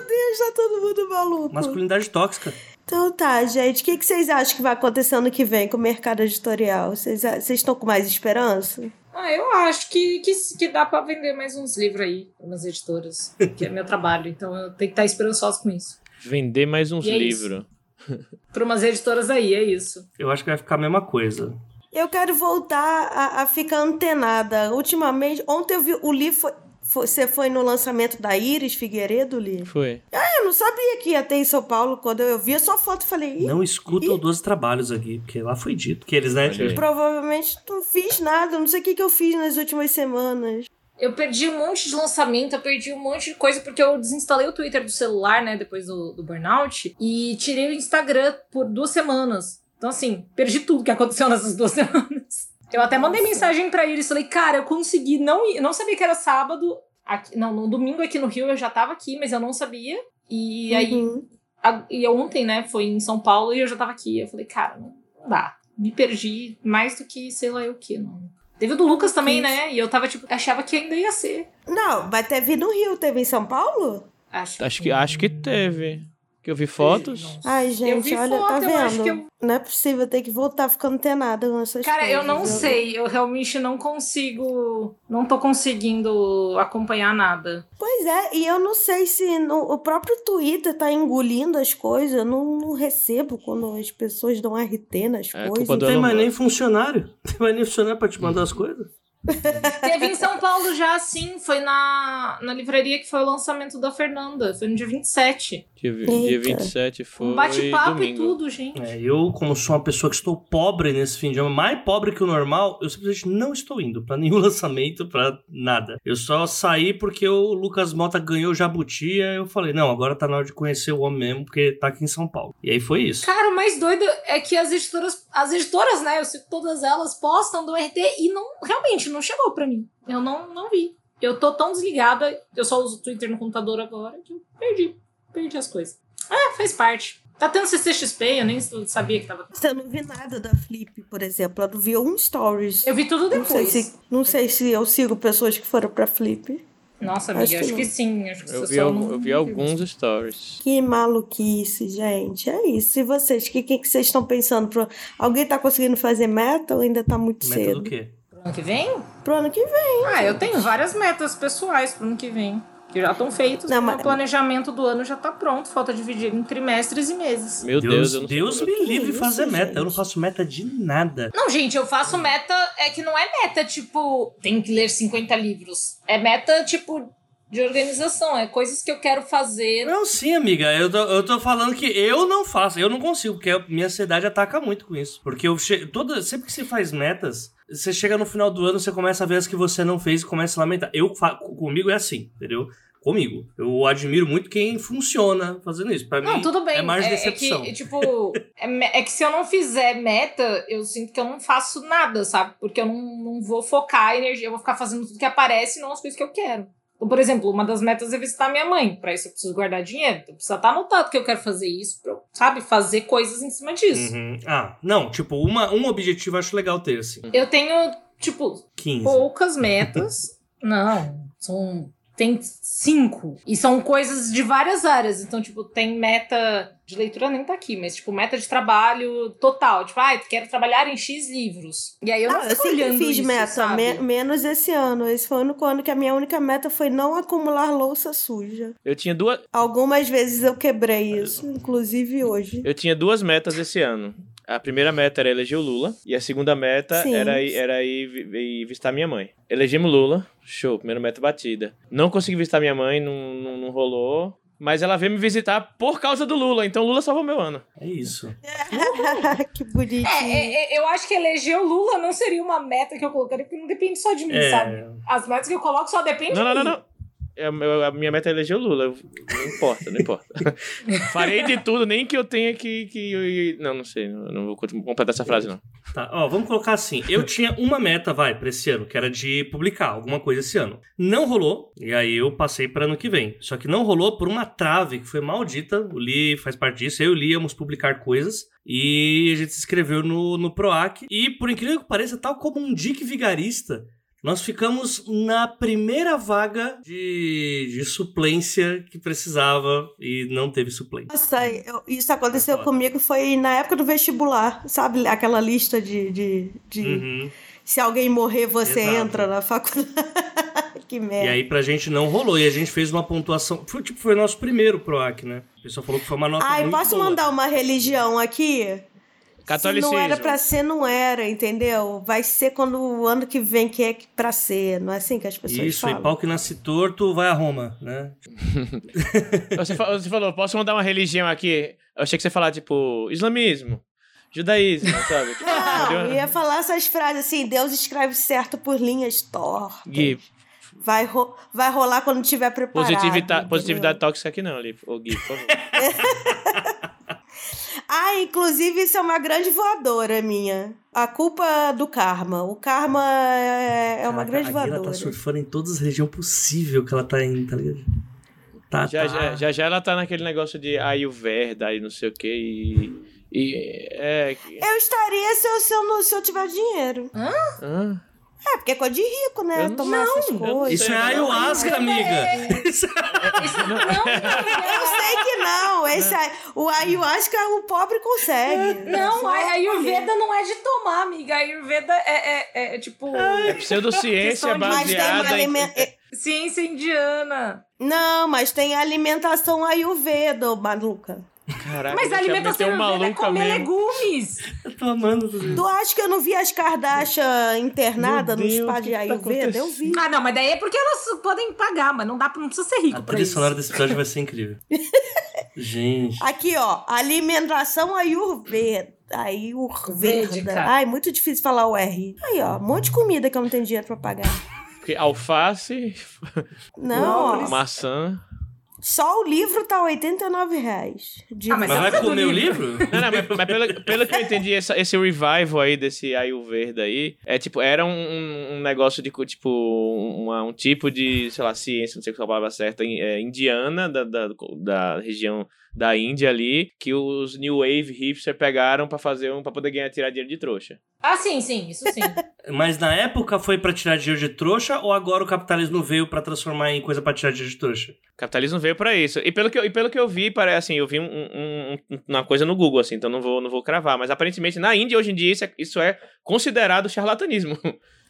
Deus, tá todo mundo maluco.
Masculinidade tóxica.
Então tá, gente. O que, que vocês acham que vai acontecer ano que vem com o mercado editorial? Vocês a- vocês estão com mais esperança?
Ah, eu acho que, que, que dá pra vender mais uns livros aí, umas editoras, que é meu trabalho. Então eu tenho que estar esperançosa com isso.
Vender mais uns
E é isso.
livros.
Pra umas editoras aí, é isso.
Eu acho que vai ficar a mesma coisa.
Eu quero voltar a, a ficar antenada. Ultimamente, ontem eu vi o Li foi. foi- Você foi no lançamento da Iris Figueiredo, Li?
Foi.
Eu não sabia que ia ter em São Paulo. Quando eu vi a sua foto, eu falei, Ih,
Não escutam 12 trabalhos aqui, porque lá foi dito que eles, né?
Olha aí.
provavelmente não fiz nada. Não sei o que, que eu fiz nas últimas semanas.
Eu perdi um monte de lançamento, eu perdi um monte de coisa, porque eu desinstalei o Twitter do celular, né, depois do, do burnout, e tirei o Instagram por duas semanas. Então, assim, perdi tudo que aconteceu nessas duas semanas. Eu até mandei mensagem pra eles, falei, cara, eu consegui, não, ir- eu não sabia que era sábado, aqui- não, no domingo aqui no Rio eu já tava aqui, mas eu não sabia. E aí,
Uhum.
a- e ontem, né, foi em São Paulo e eu já tava aqui. Eu falei, cara, não não dá. Me perdi mais do que sei lá eu o que, não. Teve o do Lucas também, né? E eu tava, tipo, achava que ainda ia ser.
Não, vai ter vir no Rio. Teve em São Paulo?
Acho,
Acho que, acho que teve. Que eu vi fotos.
Ai,
Eu
gente,
vi
olha,
foto,
tá
eu acho
vendo?
que eu-
Não é possível ter que voltar ficando antenada com essas
Cara, eu
coisas. né?
não sei. Eu realmente não consigo. Não tô conseguindo acompanhar nada.
Pois é, e eu não sei se no- o próprio Twitter tá engolindo as coisas. Eu não, não recebo quando as pessoas dão RT nas
É,
coisas.
culpa do
Não tem
Elon
mais nem
Musk.
funcionário. Não tem mais nem funcionário pra te mandar as coisas.
Teve em São Paulo já, sim. Foi na, na livraria que foi o lançamento da Fernanda. Foi no dia 27.
Dia, vi- dia
Eita.
27 foi.
um bate-papo e
domingo.
tudo, gente.
É, eu, como sou uma pessoa que estou pobre nesse fim de ano, mais pobre que o normal, eu simplesmente não estou indo pra nenhum lançamento, pra nada. Eu só saí porque o Lucas Mota ganhou o Jabuti, aí eu falei, não, agora tá na hora de conhecer o homem mesmo, porque tá aqui em São Paulo. E aí foi isso.
Cara, o mais doido é que as editoras, as editoras, né? Eu cito todas elas postam do RT e não, realmente não chegou pra mim. Eu não, não vi. Eu tô tão desligada, eu só uso o Twitter no computador agora que eu perdi, perdi as coisas. Ah, faz parte. Tá tendo CCXP, eu nem sabia que tava.
Eu não vi nada da Flip, por exemplo. Eu não vi um stories.
Eu vi tudo
não, sei
depois.
se, não sei se eu sigo pessoas que foram pra Flip.
Nossa,
Acho
amiga,
que
acho,
não.
que, sim. Acho que
Eu
você
vi,
só
algu-
não-
eu vi alguns stories.
Que maluquice, gente. É isso. E vocês? O que, que, que vocês estão pensando? Pro... Alguém tá conseguindo fazer meta ou ainda tá muito
Meta
cedo?
do quê?
Ano que vem?
Pro ano que vem.
Ah, eu tenho várias metas pessoais pro ano que vem. Que já estão feitas,
Não,
porque
mas-
o planejamento do ano já tá pronto. Falta dividir em trimestres e meses.
Meu Deus,
Deus,
eu não sei
Deus
como-
me livre
isso,
de fazer meta. Eu não
gente?
faço meta de nada.
Não, gente, eu faço meta. É que não é meta, tipo, tem que ler 50 livros. É meta, tipo, de organização. É coisas que eu quero fazer.
Não, sim, amiga. Eu tô, eu tô falando que eu não faço, eu não consigo, porque a minha ansiedade ataca muito com isso. Porque eu che... toda... sempre que você faz metas, você chega no final do ano, você começa a ver as que você não fez e começa a lamentar. Eu fa... Comigo é assim, entendeu? Comigo. Eu admiro muito quem funciona fazendo isso. Pra
Não,
mim,
tudo bem.
é mais decepção.
que, tipo, é, me- é que se eu não fizer meta, eu sinto que eu não faço nada, sabe? Porque eu não, não vou focar a energia. Eu vou ficar fazendo tudo que aparece e não as coisas que eu quero. Então, por exemplo, uma das metas é visitar minha mãe. Pra isso eu preciso guardar dinheiro. Então, precisa estar anotado que eu quero fazer isso, pra eu, sabe? Fazer coisas em cima disso.
Uhum. Ah, não, tipo, uma, um objetivo eu acho legal ter, assim.
Eu tenho, tipo,
15.
poucas metas. Não, são. Tem cinco. E são coisas de várias áreas. Então, tipo, tem meta de leitura, nem tá aqui, mas, tipo, meta de trabalho total. Tipo, ah, quero trabalhar em X livros. E aí eu não,
Ah, eu
fico
sempre
olhando
fiz
isso,
meta,
sabe?
me- menos esse ano. Esse foi o único ano que a minha única meta foi não acumular louça suja.
Eu tinha duas,
Algumas vezes eu quebrei isso, inclusive hoje.
eu tinha duas metas esse ano. A primeira meta era eleger o Lula e a segunda meta
Sim.
era ir, era ir, vi- ir visitar minha mãe. Elegemos o Lula, show, primeira meta batida. Não consegui visitar minha mãe, não, não, não rolou. Mas ela veio me visitar por causa do Lula, então o Lula salvou meu ano.
É isso.
que bonitinho.
É, é, é, eu acho que eleger o Lula não seria uma meta que eu colocaria, porque não depende só de mim, sabe?
É,
As metas que eu coloco só dependem
Não, não,
de
não,
mim.
não. é, eu- a minha meta é eleger o Lula. eu- Não importa, não importa. Farei de tudo, nem que eu tenha que. que não, não sei. Não, não vou continu- completar essa frase, não.
Tá, ó, vamos colocar assim. Eu tinha uma meta, vai, pra esse ano, que era de publicar alguma coisa esse ano. Não rolou, e aí eu passei pra ano que vem. Só que não rolou por uma trave que foi maldita. O Li faz parte disso. Eu e o Li íamos publicar coisas. E a gente se inscreveu no, no PROAC. E, por incrível que pareça, tal como um Dick Vigarista, nós ficamos na primeira vaga de, de suplência que precisava e não teve suplência.
Nossa, eu- isso aconteceu
Foda.
comigo, foi na época do vestibular, sabe? Aquela lista de. de, de-
Uhum.
Se alguém morrer, você
Exato.
entra na faculdade. que
E
merda.
aí pra gente não rolou. E a gente fez uma pontuação. Foi, tipo, foi o nosso primeiro PROAC, né? O pessoal falou que foi uma nota.
Ai,
muito
posso
boa.
mandar uma religião aqui?
Catolicismo.
Se não era pra ser, não era, entendeu? Vai ser quando o ano que vem que é que- pra ser. Não é assim que as pessoas
Isso, e
falam.
pau que nasce torto vai a Roma, né?
Você, fa- você falou, posso mandar uma religião aqui? Eu achei que você ia falar, tipo, islamismo, judaísmo, sabe? Tipo,
Não,
mandei
né?
ia falar essas frases assim, Deus escreve certo por linhas tortas.
Gui,
Vai, ro- vai rolar quando tiver preparado.
positividade,
entendeu?
positividade tóxica aqui não, ali. Ô, Gui, por favor.
Ah, inclusive isso é uma grande voadora minha. A culpa do karma. O karma é, é uma
Caraca,
grande
a Guila
voadora.
tá surfando em todas as regiões possíveis que ela tá em, tá ligado? Tá,
Já,
tá.
já, já já ela tá naquele negócio de Ayurveda e não sei o que e. E. É. que-
Eu estaria se eu, se, eu não, se eu tiver dinheiro.
Hã?
É, porque é coisa de rico,
Eu
né?
não-
Tomar essas coisas.
Isso é ayahuasca, amiga! Isso é-
Eu
Ah,
é-
sei que não. Esse, aí- o ayahuasca é o pobre consegue.
Não,
Só
a a
escolher.
Ayurveda não é de tomar, amiga. A Ayurveda é, é, é, é, tipo
É pseudociência
Questão de-
Mas tem
baseada em.
alime- é-
ciência indiana.
Não, mas tem alimentação ayurveda, ô maluca.
Caraca,
Mas a
deixa eu meter
alimentação
um
Ayurveda é
maluco
comer
mesmo.
legumes.
Eu tô amando tudo isso.
Tu acha que eu não vi as Kardashian internadas
Meu
no spa de
Deus, o que que tá
ayurveda? eu vi.
Ah, não, mas daí é porque elas podem pagar, mas não dá pra, não precisa ser rico
A
pra
trilha
isso.
sonora desse episódio vai ser incrível. Gente.
Aqui, ó, alimentação ayurveda. Ayurveda.
Védica.
Ai, muito difícil falar o R. Aí, ó, um monte de comida que eu não tenho dinheiro pra pagar.
Porque alface,
Não, ó,
maçã.
só o livro tá R$ 89 reais. De...
Ah, mas
Mas
é
vai
tudo
comer o livro?
Não, não, mas, mas pelo, pelo que eu entendi, essa- esse revival aí desse Ayurveda aí, é tipo, era um- um, um negócio de, co- tipo, uma- um tipo de, sei lá, ciência, não sei qual a palavra certa, in- é, indiana, da, da, da região da Índia ali, que os New Wave hipster pegaram pra fazer um, pra poder ganhar, tirar dinheiro de trouxa.
Ah, sim, sim, isso sim.
Mas na época foi pra tirar dinheiro de trouxa ou agora o capitalismo veio pra transformar em coisa pra tirar dinheiro de trouxa?
O capitalismo veio pra isso. E pelo que eu, e pelo que eu vi, parece assim, eu vi um- um- um- uma coisa no Google, assim, então não vou, não vou cravar, mas aparentemente na Índia hoje em dia isso é, isso é considerado charlatanismo.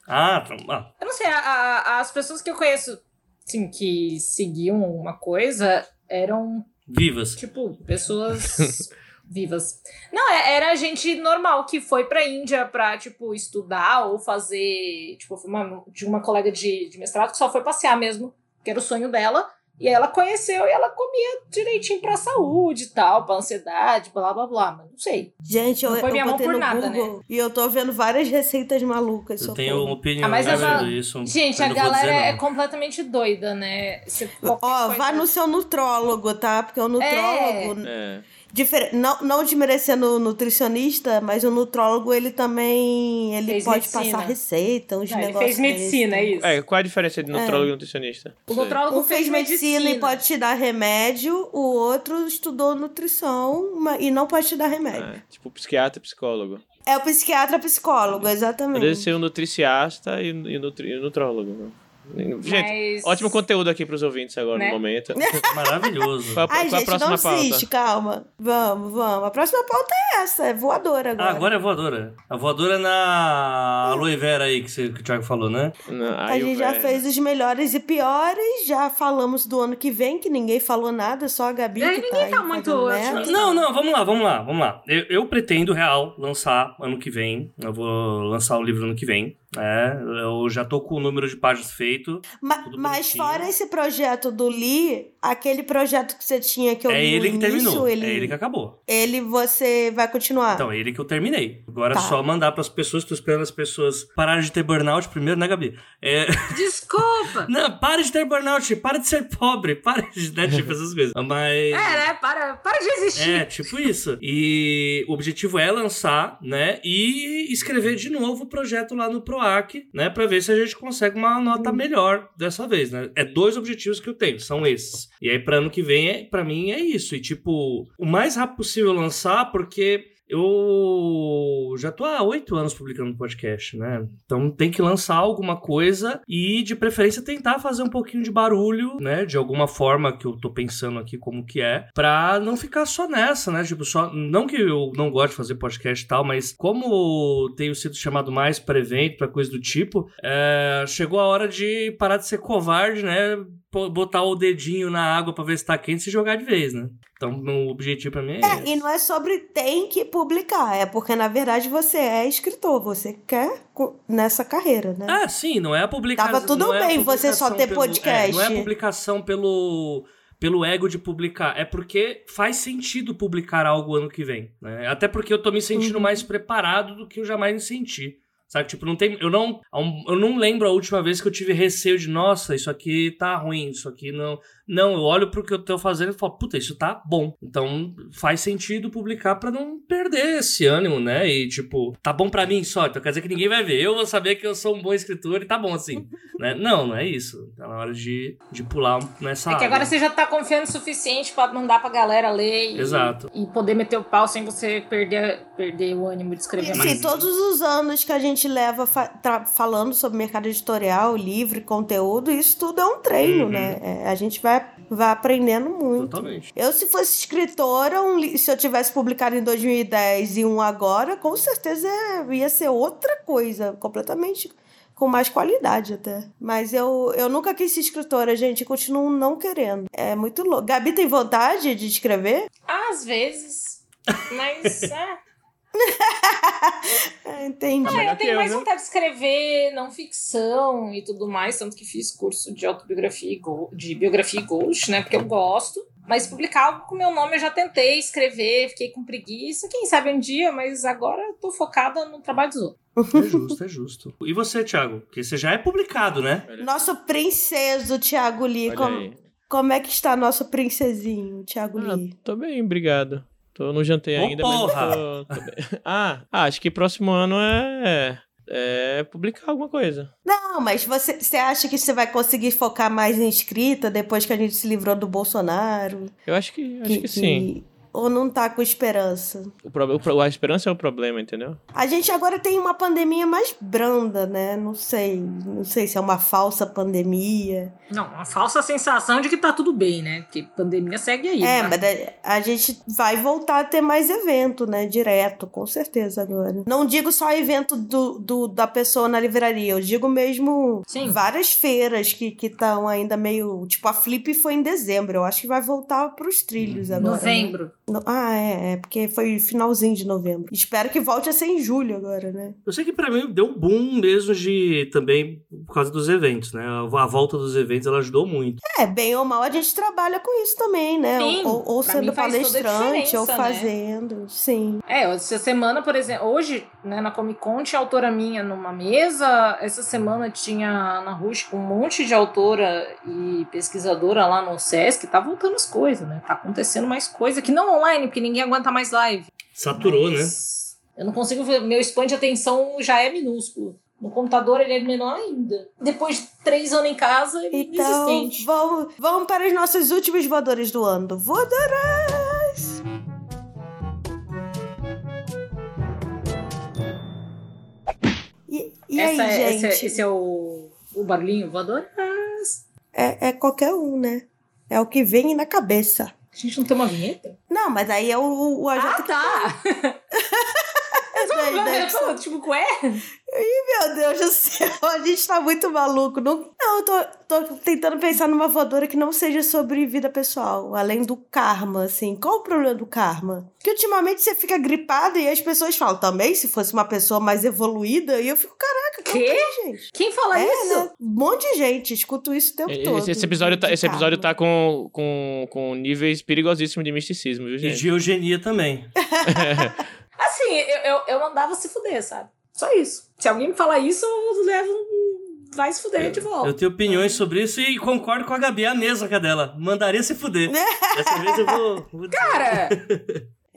Ah, tá. Ah,
Eu não sei, a- a- as pessoas que eu conheço, assim, que seguiam uma coisa eram
vivas.
Tipo, pessoas vivas. Não, é- era gente normal que foi pra Índia pra, tipo, estudar ou fazer. Tipo, foi uma, de uma colega de, de mestrado que só foi passear mesmo, que era o sonho dela. E ela conheceu e ela comia direitinho pra saúde e tal, pra ansiedade, blá blá blá. Mas não sei.
Gente, eu,
Não põe
eu
minha mão
botei
por
no
nada, né?
Google e eu tô vendo várias receitas malucas.
Eu
socorro.
tenho um- opinião
Ah, mas
sobre
ela-
isso.
Gente,
Hum, eu
a
não vou dizer
galera é
não.
completamente doida, né? Você- qualquer
Ó,
coisa-
vá no seu nutrólogo, tá? Porque o nutrólogo,
É.
Difer- Não, não desmerecendo o nutricionista, mas o nutrólogo, ele também ele
Fez
pode
medicina.
passar receita, uns
Não, ele
negócios.
fez medicina, é
desses.
isso.
É, qual a diferença de nutrólogo e nutricionista?
o
Sei.
nutrólogo
Um fez medicina, e pode te dar remédio, o outro estudou nutrição ma- e não pode te dar remédio.
Ah, tipo psiquiatra e psicólogo.
É o psiquiatra psicólogo, exatamente.
Poderia ser um nutriciasta e, e, nutri, e nutrólogo. né? Gente,
Mas-
ótimo conteúdo aqui pros ouvintes agora
Né?
no momento. é
Maravilhoso.
Qual, a-
Ai,
qual a
gente,
próxima
não
pauta?
desiste, calma. Vamos, vamos. A próxima pauta é essa, é voadora
Ah,
agora.
agora é voadora. A voadora é na aloe vera aí que, você- que o Thiago falou, né?
Não,
A gente já fez os melhores e piores, já falamos do ano que vem, que ninguém falou nada, só a Gabi
É,
que tá,
ninguém
aí
tá muito
fazendo merda.
otimista.
Não, não, vamos lá, vamos lá, vamos lá. Eu, eu pretendo, real, lançar ano que vem. Eu vou lançar o livro ano que vem. É, eu já tô com o número de páginas feito.
Ma-
Tudo
mas
bonitinho.
fora esse projeto do Lee, aquele projeto que você tinha que eu
é
li no
ele que Então,
início,
terminou.
Então, Ele,
É ele que acabou.
ele você vai continuar.
Então, é ele que eu terminei. Agora
Tá.
é só mandar pras pessoas, tô esperando as pessoas pararem de ter burnout primeiro, né, Gabi? É,
Desculpa!
não, pare de ter burnout, para de ser pobre, para de, né, tipo, essas coisas. Mas...
É, né? Para, para de existir.
É, tipo isso. E o objetivo é lançar, né? E escrever de novo o projeto lá no PROAC, né? Pra ver se a gente consegue uma nota melhor dessa vez, né? É dois objetivos que eu tenho, são esses. E aí, pra ano que vem, é, pra mim, é isso. E, tipo, o mais rápido possível lançar, porque. Eu já tô há oito anos publicando podcast, né? Então tem que lançar alguma coisa e, de preferência, tentar fazer um pouquinho de barulho, né? De alguma forma que eu tô pensando aqui como que é, pra não ficar só nessa, né? Tipo, só. Não que eu não goste de fazer podcast e tal, mas como tenho sido chamado mais pra evento, pra coisa do tipo, é, chegou a hora de parar de ser covarde, né? Pô, Botar o dedinho na água pra ver se tá quente e se jogar de vez, né? Então, o objetivo pra mim é.
É,
esse.
e não é sobre tem que publicar, é porque na verdade você é escritor, você quer co- nessa carreira, né?
Ah, sim, não é a publicação.
Tava tudo
não é a
bem você só
publicação
ter
pelo-
podcast.
é, não é a publicação pelo, pelo ego de publicar. É porque faz sentido publicar algo ano que vem. né? Até porque eu tô me
Uhum.
sentindo mais preparado do que eu jamais me senti. Sabe, tipo, não tem. Eu não, eu não lembro a última vez que eu tive receio de, nossa, isso aqui tá ruim, isso aqui não. Não, eu olho pro que eu tô fazendo e falo, puta, isso tá bom. Então faz sentido publicar pra não perder esse ânimo, né? E tipo, tá bom pra mim só, então quer dizer que ninguém vai ver. Eu vou saber que eu sou um bom escritor e tá bom assim. né? Não, não é isso. Tá na hora de, de pular nessa.
É que agora
água.
você já tá confiando o suficiente pra mandar pra galera ler e,
Exato.
e poder meter o pau sem você perder, perder o ânimo de
E
escrever
assim,
mais.
mas-
todos os anos que a gente leva fa- tra- falando sobre mercado editorial, livre, conteúdo, isso tudo é um treino,
Uhum.
né? É, a gente vai, vai aprendendo
é
muito.
Totalmente.
Eu, se fosse escritora, um li- se eu tivesse publicado em 2010 e um agora, com certeza ia ser outra coisa, completamente com mais qualidade até. Mas eu, eu nunca quis ser escritora, gente, e continuo não querendo. É muito louco. Gabi tem vontade de escrever?
Às vezes. Mas, é.
É, entendi.
Ah,
Melhor
eu
que
tenho
eu,
mais
viu?
vontade de escrever não ficção e tudo mais, tanto que fiz curso de autobiografia e go- de biografia e ghost, né? Porque eu gosto. Mas publicar algo com meu nome eu já tentei escrever, fiquei com preguiça, quem sabe um dia, mas agora eu tô focada no trabalho dos outros.
É justo, é justo. E você, Thiago? Porque você já é publicado, né?
Nosso princeso, Thiago Lee.
Olha
como-
aí.
Como é que está nosso princesinho, Thiago
Ah,
Lee?
tô bem, obrigado. Tô, não jantei
Ô,
ainda,
porra!
mas tô, tô bem. Ah, ah, acho que próximo ano é, é publicar alguma coisa.
Não, mas você, você acha que você vai conseguir focar mais em escrita depois que a gente se livrou do Bolsonaro?
Eu acho que, acho que, sim.
Ou não tá com esperança?
O pro, o pro- a esperança é o problema, entendeu?
A gente agora tem uma pandemia mais branda, né? Não sei. Não sei se é uma falsa pandemia.
Não, uma falsa sensação de que tá tudo bem, né? Porque pandemia segue aí.
É,
né?
mas a, a gente vai voltar a ter mais evento, né? Direto, com certeza agora. Não digo só evento do, do- da pessoa na livraria, eu digo mesmo
Sim.
várias feiras que estão ainda meio. Tipo, a Flip foi em dezembro. Eu acho que vai voltar pros trilhos agora. né?
Novembro.
No- ah, é, é, porque foi finalzinho de novembro. Espero que volte a ser em julho agora, né?
Eu sei que pra mim deu um boom mesmo de também por causa dos eventos, né? A volta dos eventos ela ajudou muito.
É, bem ou mal a gente trabalha com isso também, né?
Sim,
ou ou
pra
sendo
mim faz toda a
palestrante, ou
diferença, né?
fazendo. Sim.
É, essa semana, por exemplo, hoje, né, na Comic Con tinha autora minha numa mesa, essa semana tinha a Ana Rush com um monte de autora e pesquisadora lá no SESC, tá voltando as coisas, né? Tá acontecendo mais coisa, que não online, porque ninguém aguenta mais live.
Saturou, né?
Mas Eu não consigo ver, meu span de atenção já é minúsculo. No computador ele é menor ainda. Depois de três anos em casa, ele é
Então,
inexistente.
vamos, vamos para os nossos últimos voadores do ano. Voadoras! E, e
Essa
aí,
é-
gente?
esse, é, esse é o, o barulhinho voador?
É, é qualquer um, né? É o que vem na cabeça.
A gente não tem uma vinheta?
Não, mas aí é o, o AJ
Ah,
que
tá!
faz, né?
Eu tô, tipo, ué?
Meu Deus do céu, a gente tá muito maluco. Não, não eu tô, tô tentando pensar numa voadora que não seja sobre vida pessoal, além do karma, assim. Qual o problema do karma? Que ultimamente você fica gripado e as pessoas falam, também, se fosse uma pessoa mais evoluída, e eu fico, caraca, que?
Quê?
gente.
Quem fala isso?
né? Um monte de gente, escuto isso o tempo
E-
todo.
Esse, esse episódio tá,
de
esse episódio
karma.
tá com,
é.
com, com níveis perigosíssimos de misticismo, viu,
E
gente?
de eugenia também.
Assim, eu, eu, eu mandava se fuder, sabe? Só isso. Se alguém me falar isso, eu levo um. Vai se fuder de volta.
Eu tenho opiniões sobre isso e concordo com a Gabi, é a mesma cadela. Mandaria se fuder. Dessa vez eu vou. vou dizer.
Cara,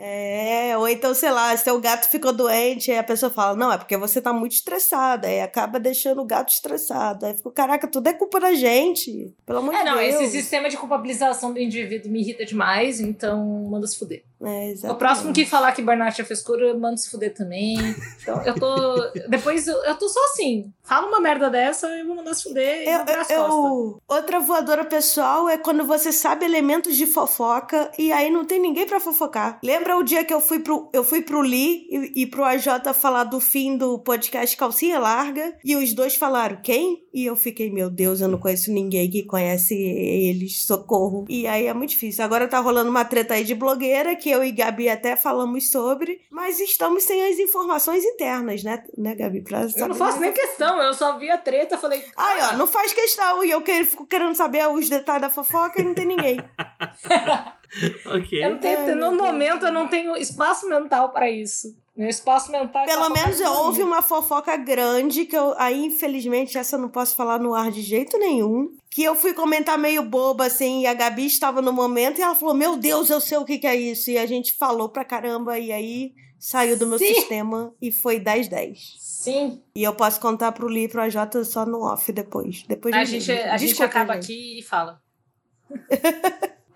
É, ou então, sei lá, se o gato ficou doente, aí a pessoa fala, não, é porque você tá muito estressada, aí acaba deixando o gato estressado. Aí fica, caraca, tudo é culpa da gente. Pelo amor
é,
de
não,
Deus.
esse sistema de culpabilização do indivíduo me irrita demais, então manda se fuder.
É,
O
exatamente.
próximo que falar que Bernard é frescura, manda se fuder também. Então eu tô. Depois eu, eu tô só assim. Fala uma merda dessa, eu vou mandar se fuder e
Eu-
vou virar as
eu-
costas.
eu- outra voadora pessoal é quando você sabe elementos de fofoca e aí não tem ninguém pra fofocar. Lembra o dia que eu fui pro, eu fui pro Lee e, e pro AJ falar do fim do podcast Calcinha Larga e os dois falaram quem? E eu fiquei, meu Deus, eu não conheço ninguém que conhece eles, socorro. E aí é muito difícil. Agora tá rolando uma treta aí de blogueira que eu e Gabi até falamos sobre, mas estamos sem as informações internas, né, né Gabi? Pra
Eu
saber
não
mais
faço nem questão, eu só vi a treta, falei.
Aí, ó, não faz questão. E eu que- fico querendo saber os detalhes da fofoca e não tem ninguém.
Ok.
Eu não tenho,
Ai,
no
meu Deus.
momento eu não tenho espaço mental pra isso. Meu espaço mental. tá está
Pelo menos um
focado em
houve
mim.
uma fofoca grande que eu. Aí, infelizmente, essa eu não posso falar no ar de jeito nenhum. Que eu fui comentar meio boba, assim, e a Gabi estava no momento e ela falou: Meu Deus, eu sei o que, que é isso. E a gente falou pra caramba, e aí saiu do meu
Sim.
sistema e foi 10-10.
Sim,
E eu posso contar pro Li e pro AJ só no off depois. depois
a
me-
gente, a gente
Desculpa,
acaba aqui e fala.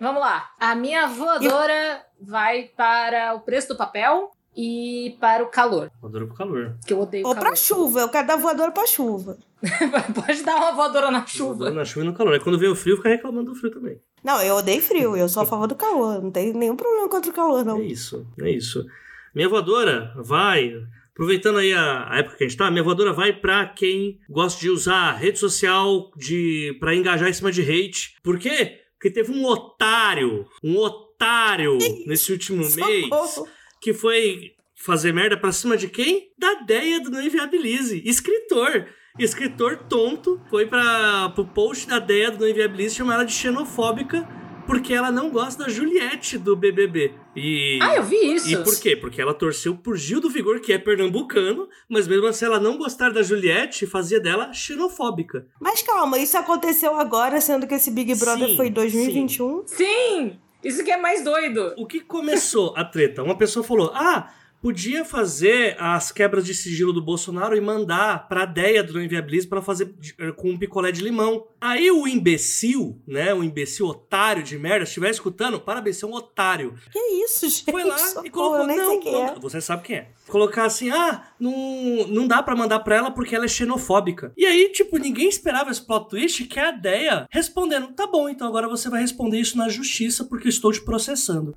Vamos lá. A minha voadora vai para o preço do papel e para o calor,
Mandou pro calor.
que eu odeio
Ou
calor.
pra chuva, eu quero dar voadora pra chuva.
Pode dar uma voadora na
Mandou
chuva.
Na chuva e no calor. Aí quando vem o frio, fica reclamando do frio também.
Não, eu odeio frio, eu sou a favor do calor, não tem nenhum problema contra o calor,
É
não.
isso, é isso. Minha voadora vai. Aproveitando aí a, a época que a gente tá, minha voadora vai pra quem gosta de usar rede social de para engajar em cima de hate. Por quê? Porque teve um otário, um otário nesse último Um mês
Socorro.
que foi fazer merda pra cima de quem? Da ideia do Não Inviabilize, escritor. Escritor tonto foi para pro post da ideia do Não Inviabilize chamar ela de xenofóbica porque ela não gosta da Juliette do BBB. E
Ah, eu vi isso.
e por quê? Porque ela torceu por Gil do Vigor, que é pernambucano, mas mesmo assim ela não gostar da Juliette, fazia dela xenofóbica.
Mas calma, isso aconteceu agora, sendo que esse Big Brother
Sim,
foi em 2021.
Sim! Isso que é mais doido.
O que começou a treta? Uma pessoa falou: ah, podia fazer as quebras de sigilo do Bolsonaro e mandar pra ideia do Não Inviabilismo pra fazer de- eh, com um picolé de limão. Aí o imbecil, né? O imbecil otário de merda, se estiver escutando, parabéns, você é um otário.
Que isso, gente?
Foi lá e
Socorro,
colocou.
eu nem
não,
sei quem
não
é.
dá- Você sabe quem é. Colocar assim, ah, não, não dá pra mandar pra ela porque ela é xenofóbica. E aí, tipo, ninguém esperava esse plot twist que é a Deia respondendo: tá bom, então agora você vai responder isso na justiça porque eu estou te processando.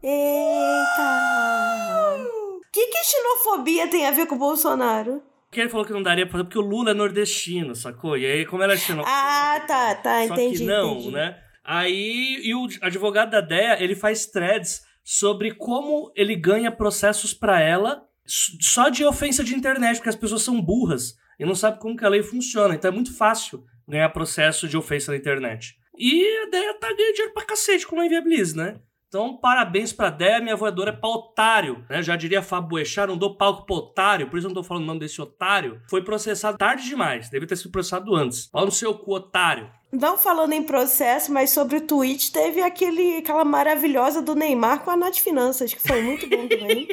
Eita! O que, que xenofobia tem a ver com o Bolsonaro?
Porque ele falou que não daria pra fazer porque o Lula é nordestino, sacou? E aí, como ela é xenofóbica.
Ah, tá, tá,
Só
entendi.
que não,
entendi.
né? Aí, e o advogado da DEA, ele faz threads sobre como ele ganha processos pra ela s- só de ofensa de internet, porque as pessoas são burras e não sabem como que a lei funciona. Então é muito fácil ganhar processo de ofensa na internet. E a DEA tá ganhando dinheiro pra cacete com a Inviabilize, né? Então, parabéns pra DEA, minha voadora é pra otário. Né? Já diria Fábio Boechat, não dou palco pra otário, por isso eu não tô falando o nome desse otário. Foi processado tarde demais, devia ter sido processado antes. Olha no seu cu, otário.
Não falando em processo, mas sobre o tweet, teve aquele, aquela maravilhosa do Neymar com a Nath Finanças, que foi muito bom também.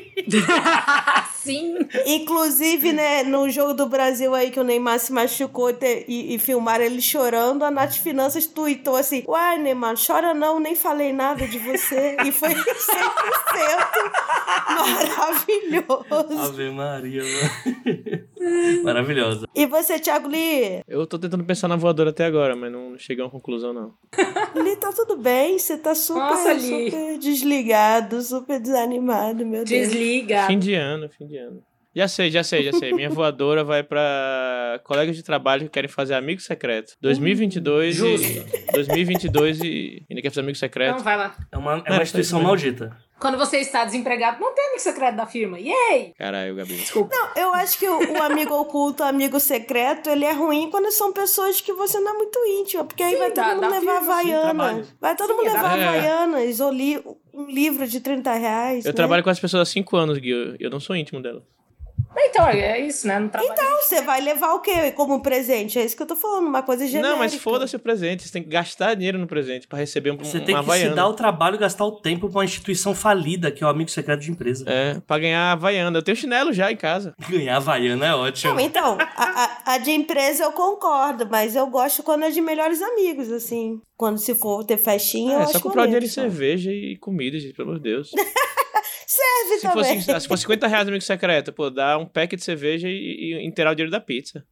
Ah, Sim.
Inclusive, né, no jogo do Brasil aí que o Neymar se machucou e te- e, e filmaram ele chorando, a Nath Finanças tweetou assim: Uai, Neymar, chora não, nem falei nada de você. E foi 100% maravilhoso.
Ave Maria, mano. Maravilhosa.
E você, Thiago Lee?
Eu tô tentando pensar na voadora até agora, mas não cheguei a uma conclusão, não.
Lee, tá tudo bem? Você tá super,
Nossa, Lee.
super desligado, super desanimado, meu Deus.
Desliga.
Fim de ano, fim de ano. Já sei, já sei, já sei. Minha voadora vai pra colegas de trabalho que querem fazer amigo secreto. 2022 e...
Justo.
2022 e ainda quer fazer amigo secreto.
Então vai lá.
É uma, é
Não,
uma
tá
instituição
tudo bem.
maldita.
Quando você está desempregado, não tem amigo secreto da firma. Yay!
Caralho, Gabi.
Desculpa.
Eu acho que o, o amigo oculto, o amigo secreto, ele é ruim quando são pessoas que você não é muito íntima. Porque aí
Sim,
vai
dá-
todo mundo
dá
levar
firma, sim,
Havaiana.
trabalho.
Vai todo
Sim,
mundo
é,
levar
dá-
Havaianas ou li- um livro de 30 reais.
Eu
né?
trabalho com as pessoas há 5 anos, Gui. Eu eu não sou íntimo dela.
Então, é isso, né? Não trabalha.
Então, Você vai levar o quê como presente? É isso que eu tô falando, uma coisa genérica.
Não, mas foda-se o presente. Você tem que gastar dinheiro no presente pra receber um,
Você
uma
tem que se
Havaiana.
dar o trabalho e gastar o tempo pra uma instituição falida, que é o amigo secreto de empresa.
É, pra ganhar a Havaiana. Eu tenho chinelo já em casa.
Ganhar Havaiana é ótimo.
Não, então, a, a- a de empresa eu concordo, mas eu gosto quando é de melhores amigos, assim. Quando se for ter festinha, eu
é
acho
só comprar o dinheiro em
maneiro, só.
cerveja e comida, gente, pelo amor de Deus.
Serve
se,
também.
fosse, se fosse 50 reais, amigo secreto, pô, dá um pack de cerveja e, e inteirar o dinheiro da pizza.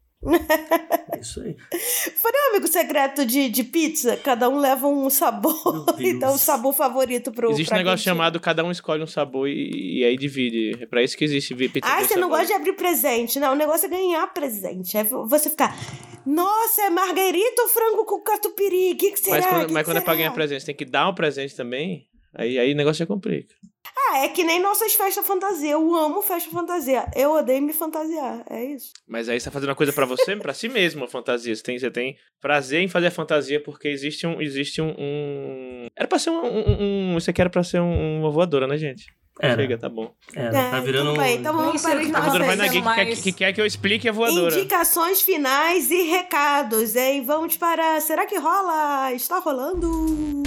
É isso aí.
Faria um amigo secreto de, de pizza, cada um leva um
Meu
sabor e dá um
Deus.
sabor favorito pro.
existe um
pra quem-
negócio chamado cada um escolhe um sabor e, e aí divide. É pra isso que existe vi- pizza.
Ah,
com
você não
sabor.
gosta de abrir presente. Não, o negócio é ganhar presente. É você ficar. Nossa, é margarita ou frango com catupiry? O que, que será?
Mas
Que
quando,
que
mas quando é pra
será?"
ganhar presente, tem que dar um presente também. Aí, aí o negócio é já complica.
Ah, é que nem nossas festas fantasia. Eu amo festa fantasia. Eu odeio me fantasiar. É isso.
Mas aí você tá fazendo uma coisa pra você, pra si mesmo, a fantasia. Você tem, você tem prazer em fazer a fantasia porque existe um. Existe um, um- Era pra ser um. um, um isso aqui era pra ser um, uma voadora, né, gente?
Era,
Chega, tá bom.
era. Tá
É,
virando
tudo
um.
bem, então vamos
Isso
para
aí
os
tá
A voadora
Nossa,
vai na
isso
nossos
é
geek. que quer-
mais-
Que quer que eu explique é voadora.
indicações finais e recados, hein? Vamos para. Será que rola? Está rolando?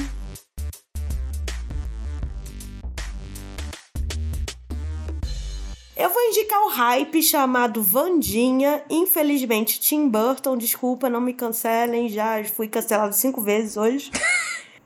Eu vou indicar o hype chamado Vandinha. Infelizmente, Tim Burton, desculpa, não me cancelem, já fui cancelado cinco vezes hoje.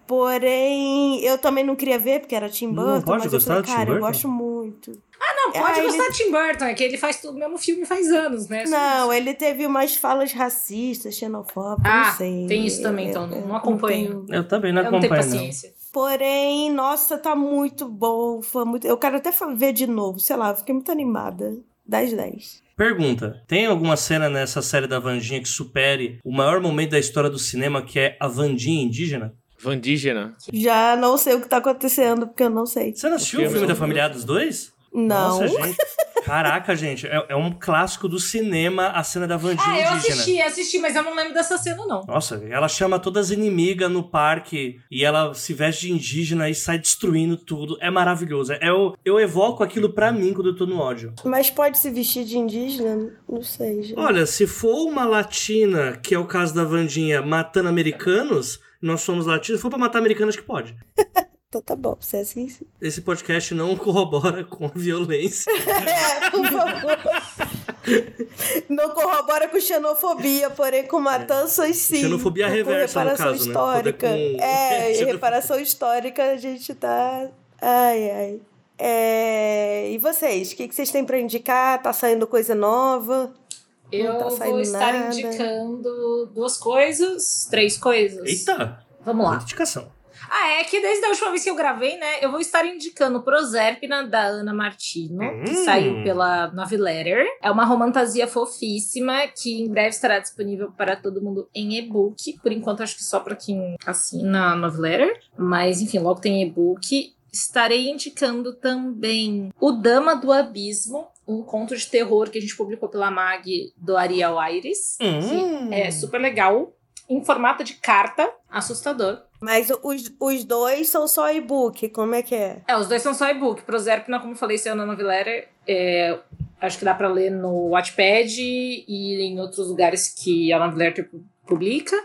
Porém, eu também não queria ver, porque era Tim
Não
Burton,
pode
mas eu
gostar
falei,
de Tim
cara, eu
Burton?
gosto muito.
Não, pode
Ah, ele-
gostar de Tim Burton, é que ele faz tudo o mesmo filme faz anos, né?
Não, ele teve umas falas racistas, xenofóbicas,
Ah,
não sei.
tem isso também,
Eu-
então.
eu
Não acompanho.
tenho.
Eu também não
Eu não tenho
acompanho, não.
paciência.
Porém, nossa, tá muito bom. Foi muito... Eu quero até fa- ver de novo, sei lá, eu fiquei muito animada. 10 10.
Pergunta: Tem alguma cena nessa série da Vandinha que supere o maior momento da história do cinema, que é a Vandinha indígena?
Vandígena.
Já não sei o que tá acontecendo, porque eu não sei.
Você não assistiu o
filme
filme,
não.
da Família A dos dois?
Não.
Nossa, gente. Caraca, gente, é, é um clássico do cinema a cena da Vandinha
Ah, eu
indígena.
assisti, assisti, mas eu não lembro dessa cena, não.
tá
Nossa, ela chama todas as inimigas no parque e ela se veste de indígena e sai destruindo tudo. É maravilhoso. É, eu, eu evoco aquilo pra mim quando eu tô no ódio.
Mas pode se vestir de indígena? Não sei, gente.
Olha, se for uma latina, que é o caso da Vandinha, matando americanos, nós somos latinos, se for pra matar americanos, acho que pode.
Então tá bom, se é assim. sim.
Esse podcast não corrobora com a violência.
É, por favor. Não corrobora com xenofobia, porém com matanças sim.
Xenofobia
Com
reversa, no
reparação
caso, né?
histórica.
Poder
É,
com-
e
Xenofobia.
reparação histórica a gente tá. Ai, ai. É, E vocês? O que que vocês têm pra indicar? Tá saindo coisa nova?
Eu
tá
vou
saindo
estar
nada.
indicando duas coisas, três coisas.
Eita,
Vamos lá.
muita indicação.
Ah, é que desde a última vez que eu gravei, né? Eu vou estar indicando Proserpina, da Ana Martino, que
Hum.
saiu pela Nove Letter. É uma romantasia fofíssima que em breve estará disponível para todo mundo em e-book. Por enquanto, acho que só para quem assina a Nove Letter. Mas, enfim, logo tem e-book. Estarei indicando também O Dama do Abismo, um conto de terror que a gente publicou pela MAG do Ariel Aires.
Hum.
É super legal. Em formato de carta, assustador.
Mas os, os dois são só e-book, como é que é?
É, os dois são só e-book. Proserpina, como eu falei, saiu na Novelera. É, acho que dá pra ler no Wattpad e em outros lugares que a Novelera publica.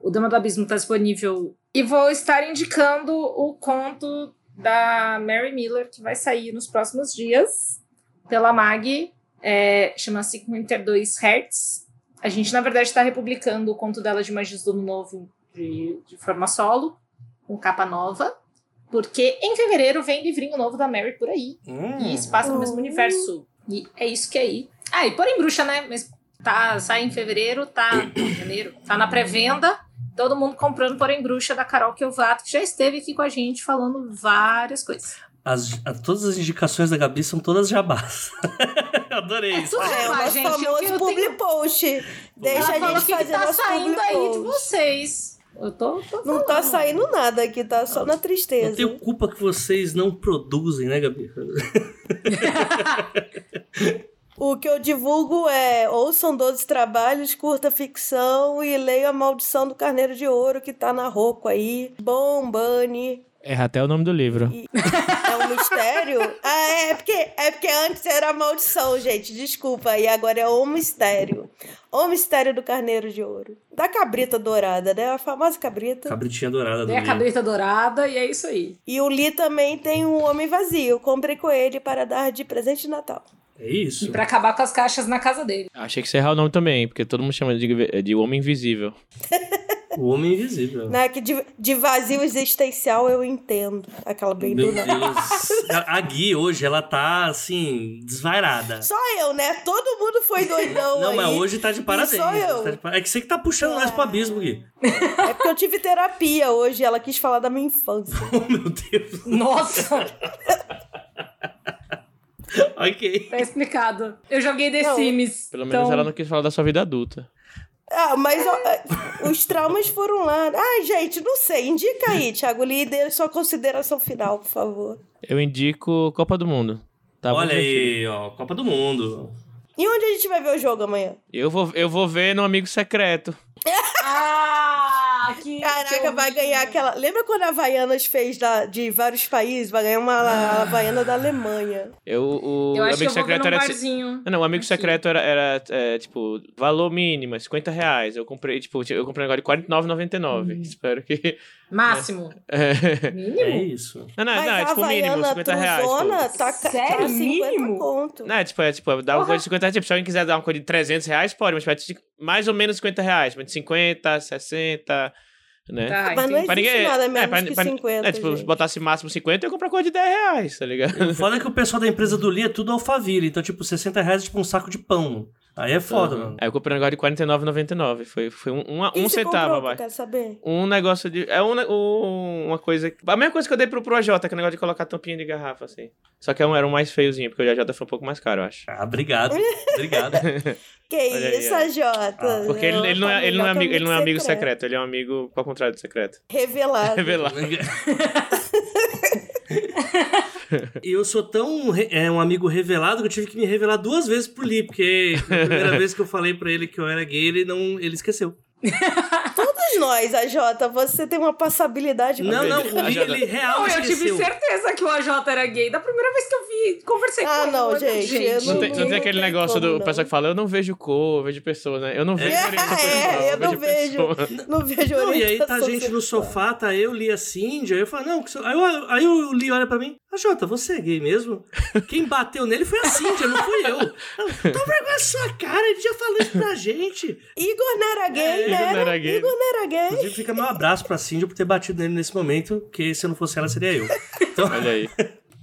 O Dama do Abismo tá disponível. E vou estar indicando o conto da Mary Miller, que vai sair nos próximos dias pela MAG. É, chama 502 Hertz. A gente, na verdade, está republicando o conto dela de Magias do Ano Novo de- de forma solo, com capa nova. Porque em fevereiro vem livrinho novo da Mary por aí. E se passa no mesmo
Hum.
universo. E é isso que é aí. Ah, e por em bruxa, né? Mas tá, sai em fevereiro, tá. em janeiro. Tá na pré-venda. Todo mundo comprando por em bruxa da Carol Kelvato, que já esteve aqui com a gente falando várias coisas.
As, a- todas as indicações da Gabi são todas jabás. Adorei
É
isso.
tudo
é, o
jabá,
nosso
gente.
famoso
Eu
public
tenho...
post. Deixa
Ela
a
falou
gente
que, que
fazer
tá
nosso
saindo
public
aí de
post.
vocês. Eu tô. tô
Não tá saindo nada aqui, tá só na
Eu
É
tristeza.
tenho culpa que vocês não produzem, né, Gabi?
O que eu divulgo é ouçam 12 trabalhos, curta ficção e leia a maldição do carneiro de ouro que tá na Roco aí. Bom, Bunny.
Erra até o nome do livro.
É um mistério? Ah, é porque, é porque antes era a maldição, gente. Desculpa. E agora é o mistério. O mistério do carneiro de ouro. Da cabrita dourada, né? A famosa cabrita.
Cabritinha dourada do
Tem É, a
livro.
cabrita dourada e é isso aí.
E o Lee também tem um homem vazio. Comprei com ele para dar de presente de Natal.
É isso.
Pra acabar com as caixas na casa dele.
Achei que você errar o nome também, porque todo mundo chama de, de Homem Invisível.
O Homem Invisível.
Né? Que de, de vazio existencial eu entendo. Aquela bem
Meu
do nada.
Deus. A a Gui hoje, ela tá assim, desvairada.
Só eu, né? Todo mundo foi doidão
Não,
aí.
mas hoje tá de parabéns.
sou eu.
hoje tá de par- É que você que tá puxando nós pro abismo, Gui.
É porque eu tive terapia hoje. Ela quis falar da minha infância.
Oh, meu Deus.
Nossa,
ok.
tá explicado. Eu joguei The
Não.
Sims.
Pelo menos
então,
ela não quis falar da sua vida adulta.
Ah, mas ó, os traumas foram lá. Ai, gente, não sei. Indica aí, Thiago Lee, dê sua consideração final, por favor.
Eu indico Copa do Mundo. Tá muito
Olha
divertido.
aí, ó, Copa do Mundo.
E onde a gente vai ver o jogo amanhã?
Eu vou, eu vou ver no Amigo Secreto.
Ah, que. que
Caraca,
eu-
vai ganhar aquela. Lembra quando a Havaianas fez da- de vários países? Vai ganhar uma la- Havaiana da Alemanha.
Eu, o
Eu acho que
Amigo
eu vou ver
Secreto
num
era.
barzinho.
Ah, Não, não, o Amigo
Aqui.
Secreto era, era é, tipo, valor mínimo, é 50 reais. Eu comprei, tipo, eu comprei um negócio de 49,99.
Uhum.
Espero que.
Máximo.
É.
É
Mínimo?
isso.
Não, não,
mas
não, é
a
tipo mínimo,
Havaiana
50 reais. pô.
truzona tá, ca-
Sério?
tá 50
Mínimo?
conto.
Não, é tipo, é tipo, dá uma
Porra.
coisa de 50 reais. Tipo, se alguém quiser dar uma coisa de 300 reais, pode, mas tipo, é de- mais ou menos 50 reais. Mas de 50, 60, né?
Tá,
Mas não
entendi.
existe nada menos que 50,
É, tipo, se
gente.
botasse máximo 50, eu comprar coisa de 10 reais, tá ligado?
O foda é que o pessoal da empresa do Lee é tudo alfaville. Então, tipo, 60 reais é tipo um saco de pão. Aí é foda, mano.
Aí eu comprei um negócio de 49,99. Foi, foi um, uma-
E
um
se
centavo
comprou,
a mais.
Quer saber?
Um negócio de. É um, ne- um- uma coisa. que- A mesma coisa que eu dei pro Projota, que é o negócio de colocar tampinha de garrafa, assim. Só que é um, era um mais feiozinho, porque o da Jota foi um pouco mais caro, eu acho.
Ah, obrigado. Obrigado.
Que
Olha aí,
isso,
ó.
Jota?
Ah,
Porque ele, ele não
Tá
é, ele,
melhor
não é
que
amigo, ele não é amigo secreto, É ele é um amigo, ao contrário do secreto.
Revelado.
Revelado.
E eu sou tão re- é, um amigo revelado que eu tive que me revelar duas vezes pro Lee, porque na primeira vez que eu falei pra ele que eu era gay, ele não. ele esqueceu.
Todos nós, a Jota, você tem uma passabilidade
Não, não, o Lee, ele real
Não, eu
esqueceu.
tive certeza que o AJ era gay da primeira vez que eu vi. Conversei com
Ah,
ele.
não,
Eu falei,
gente, eu
Não tem, não
não
tem aquele
tem
negócio
como,
do
não.
pessoal que fala, eu não vejo cor, eu vejo pessoa, né? Eu não vejo
É,
orientação
é,
sexual,
eu não vejo. É,
pessoa.
Não vejo
Não, e aí tá a
orientação
gente no
sexual.
sofá, tá eu, Lia, Cindy, aí eu falo, não, que so- aí, eu- aí o Lia olha pra mim, ah, Jota, você é gay mesmo? Quem bateu nele foi a Cindy, não fui eu. eu. Tô vergonha na sua cara, ele já falou isso pra gente.
Igor Naraguei,
É,
né?
Igor Naraguei.
Igor Naraguei.
Inclusive, fica meu abraço pra Cindy por ter batido nele nesse momento, que se não fosse ela, seria eu. Então,
Olha aí.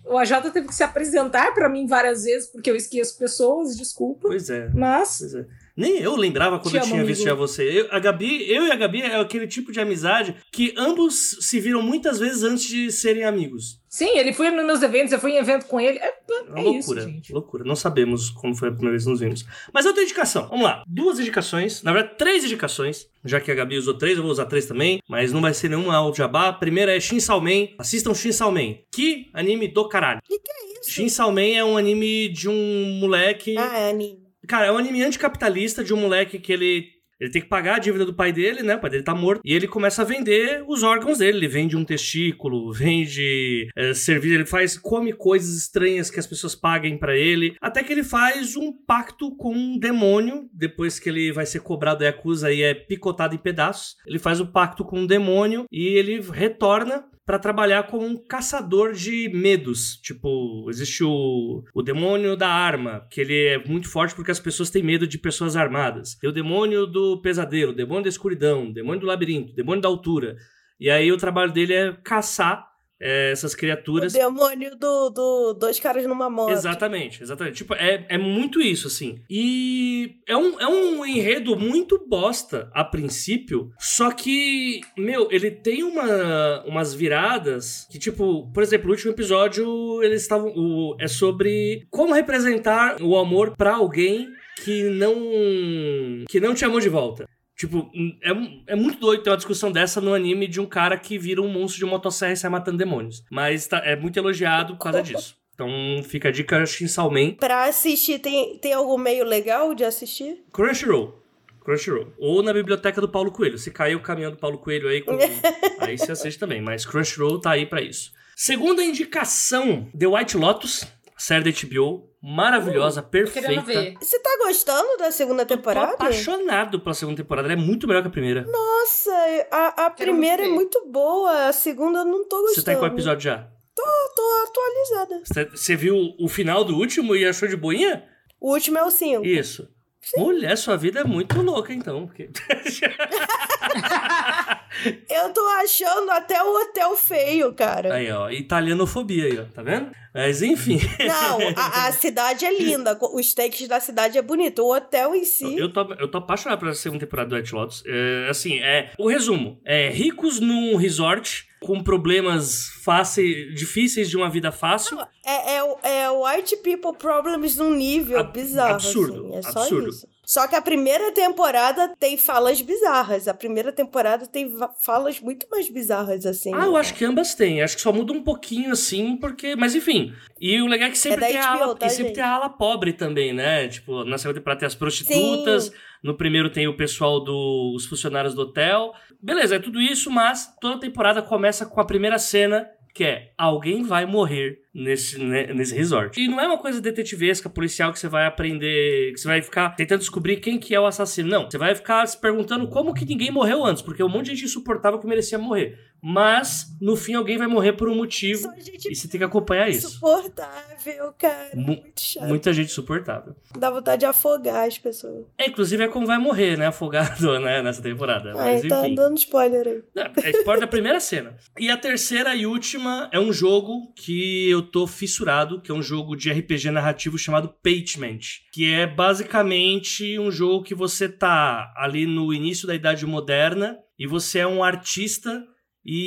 O AJ teve que se apresentar pra mim várias vezes, porque eu esqueço pessoas, desculpa.
pois é.
Mas
Pois é. Nem eu lembrava quando
Te
eu
amo,
tinha visto
amigo.
já você. Eu, a Gabi, eu e a Gabi é aquele tipo de amizade que ambos se viram muitas vezes antes de serem amigos.
Sim, ele foi nos meus eventos, eu fui em evento com ele. É,
É uma
é
loucura,
isso, gente.
loucura. Não sabemos como foi a primeira vez que nos vimos. Mas eu tenho indicação. Vamos lá. Duas indicações, na verdade, três indicações. Já que a Gabi usou três, eu vou usar três também. Mas não vai ser nenhuma ao jabá. A primeira é Shin Salmen. Assistam Shin Salmen. Que anime do caralho.
Que que
é isso? Shin Salmen é um anime de um moleque.
Ah, Annie.
Cara, é um anime anticapitalista de um moleque que ele. Ele tem que pagar a dívida do pai dele, né? O pai dele tá morto. E ele começa a vender os órgãos dele. Ele vende um testículo, vende é, serviço. Ele faz, come coisas estranhas que as pessoas paguem pra ele. Até que ele faz um pacto com um demônio. Depois que ele vai ser cobrado da Yakuza e é picotado em pedaços. Ele faz o pacto com um demônio e ele retorna pra trabalhar como um caçador de medos. Tipo, existe o, o demônio da arma, que ele é muito forte porque as pessoas têm medo de pessoas armadas. Tem o demônio do pesadelo, o demônio da escuridão, o demônio do labirinto, o demônio da altura. E aí o trabalho dele é caçar eh, essas
O
criaturas.
demônio do, do Dois Caras numa Moto.
Exatamente, exatamente. Tipo, é, é muito isso, assim. E é um, é um enredo muito bosta a princípio, só que, meu, ele tem uma, umas viradas que, tipo, por exemplo, o último episódio, eles estavam. o- É sobre como representar o amor pra alguém que não. que não te amou de volta. Tipo, é, é muito doido ter uma discussão dessa no anime de um cara que vira um monstro de um motosserra e sai matando demônios. Mas tá- é muito elogiado por causa disso. Então fica a dica Shinsalman.
Pra assistir, tem, tem algum meio legal de assistir?
Crunchyroll. Crunchyroll. Ou na biblioteca do Paulo Coelho. Se cair o caminhão do Paulo Coelho aí, com- aí você assiste também. Mas Crunchyroll tá aí pra isso. Segunda indicação: The White Lotus, série da HBO. Maravilhosa, perfeita.
Uh, Querendo ver.
Você tá gostando da segunda temporada?
Tô apaixonado pela segunda temporada. Ela é muito melhor que a primeira.
Nossa, a, a
Quero
primeira é
muito
muito boa, a segunda eu não tô gostando.
Você tá em qual episódio já?
Eu tô atualizada.
Você- Você viu o final do último e achou de boinha?
O último é o 5.
Isso. Mulher, sua vida é muito louca, então. porque-
Eu tô achando até o hotel feio, cara.
Aí, ó, italianofobia aí, ó, tá vendo? Mas enfim.
Não, a, a cidade é linda, co- os takes da cidade é bonito, o hotel em si.
Eu tô, eu tô apaixonado pela segunda temporada do White Lotus. É, assim, é. O resumo: é ricos num resort com problemas fáceis, difíceis de uma vida fácil.
É, é, o- é o white people problems num nível
Ab-
bizarro.
absurdo,
assim, É só
absurdo.
isso. Só que a primeira temporada tem falas bizarras. A primeira temporada tem va- falas muito mais bizarras, assim.
Ah, eu acho que ambas têm. Acho que só muda um pouquinho assim, porque. Mas enfim. E o legal é que sempre,
É da
tem, a
HBO,
ala,
tá,
e sempre
gente?
tem a ala pobre também, né? Tipo, na segunda temporada tem as prostitutas,
Sim.
no primeiro tem o pessoal dos funcionários do hotel. Beleza, é tudo isso, mas toda temporada começa com a primeira cena. Que é, alguém vai morrer nesse, né, nesse resort. E não é uma coisa detetivesca, policial, que você vai aprender, que você vai ficar tentando descobrir quem que é o assassino. Não, você vai ficar se perguntando como que ninguém morreu antes, porque é um monte de gente insuportável que merecia morrer. Mas, no fim, alguém vai morrer por um motivo
Só
e
gente
você tem que acompanhar isso.
insuportável, cara.
Mu-
muito chato.
Muita gente insuportável.
Dá vontade de afogar as pessoas.
É, inclusive, é como vai morrer, né? Afogado, né? Nessa temporada. Mas,
Ai, tá
enfim.
dando spoiler aí.
É, é spoiler da primeira cena. E a terceira e última é um jogo que eu tô fissurado, que é um jogo de RPG narrativo chamado Patement, que é basicamente um jogo que você tá ali no início da Idade Moderna e você é um artista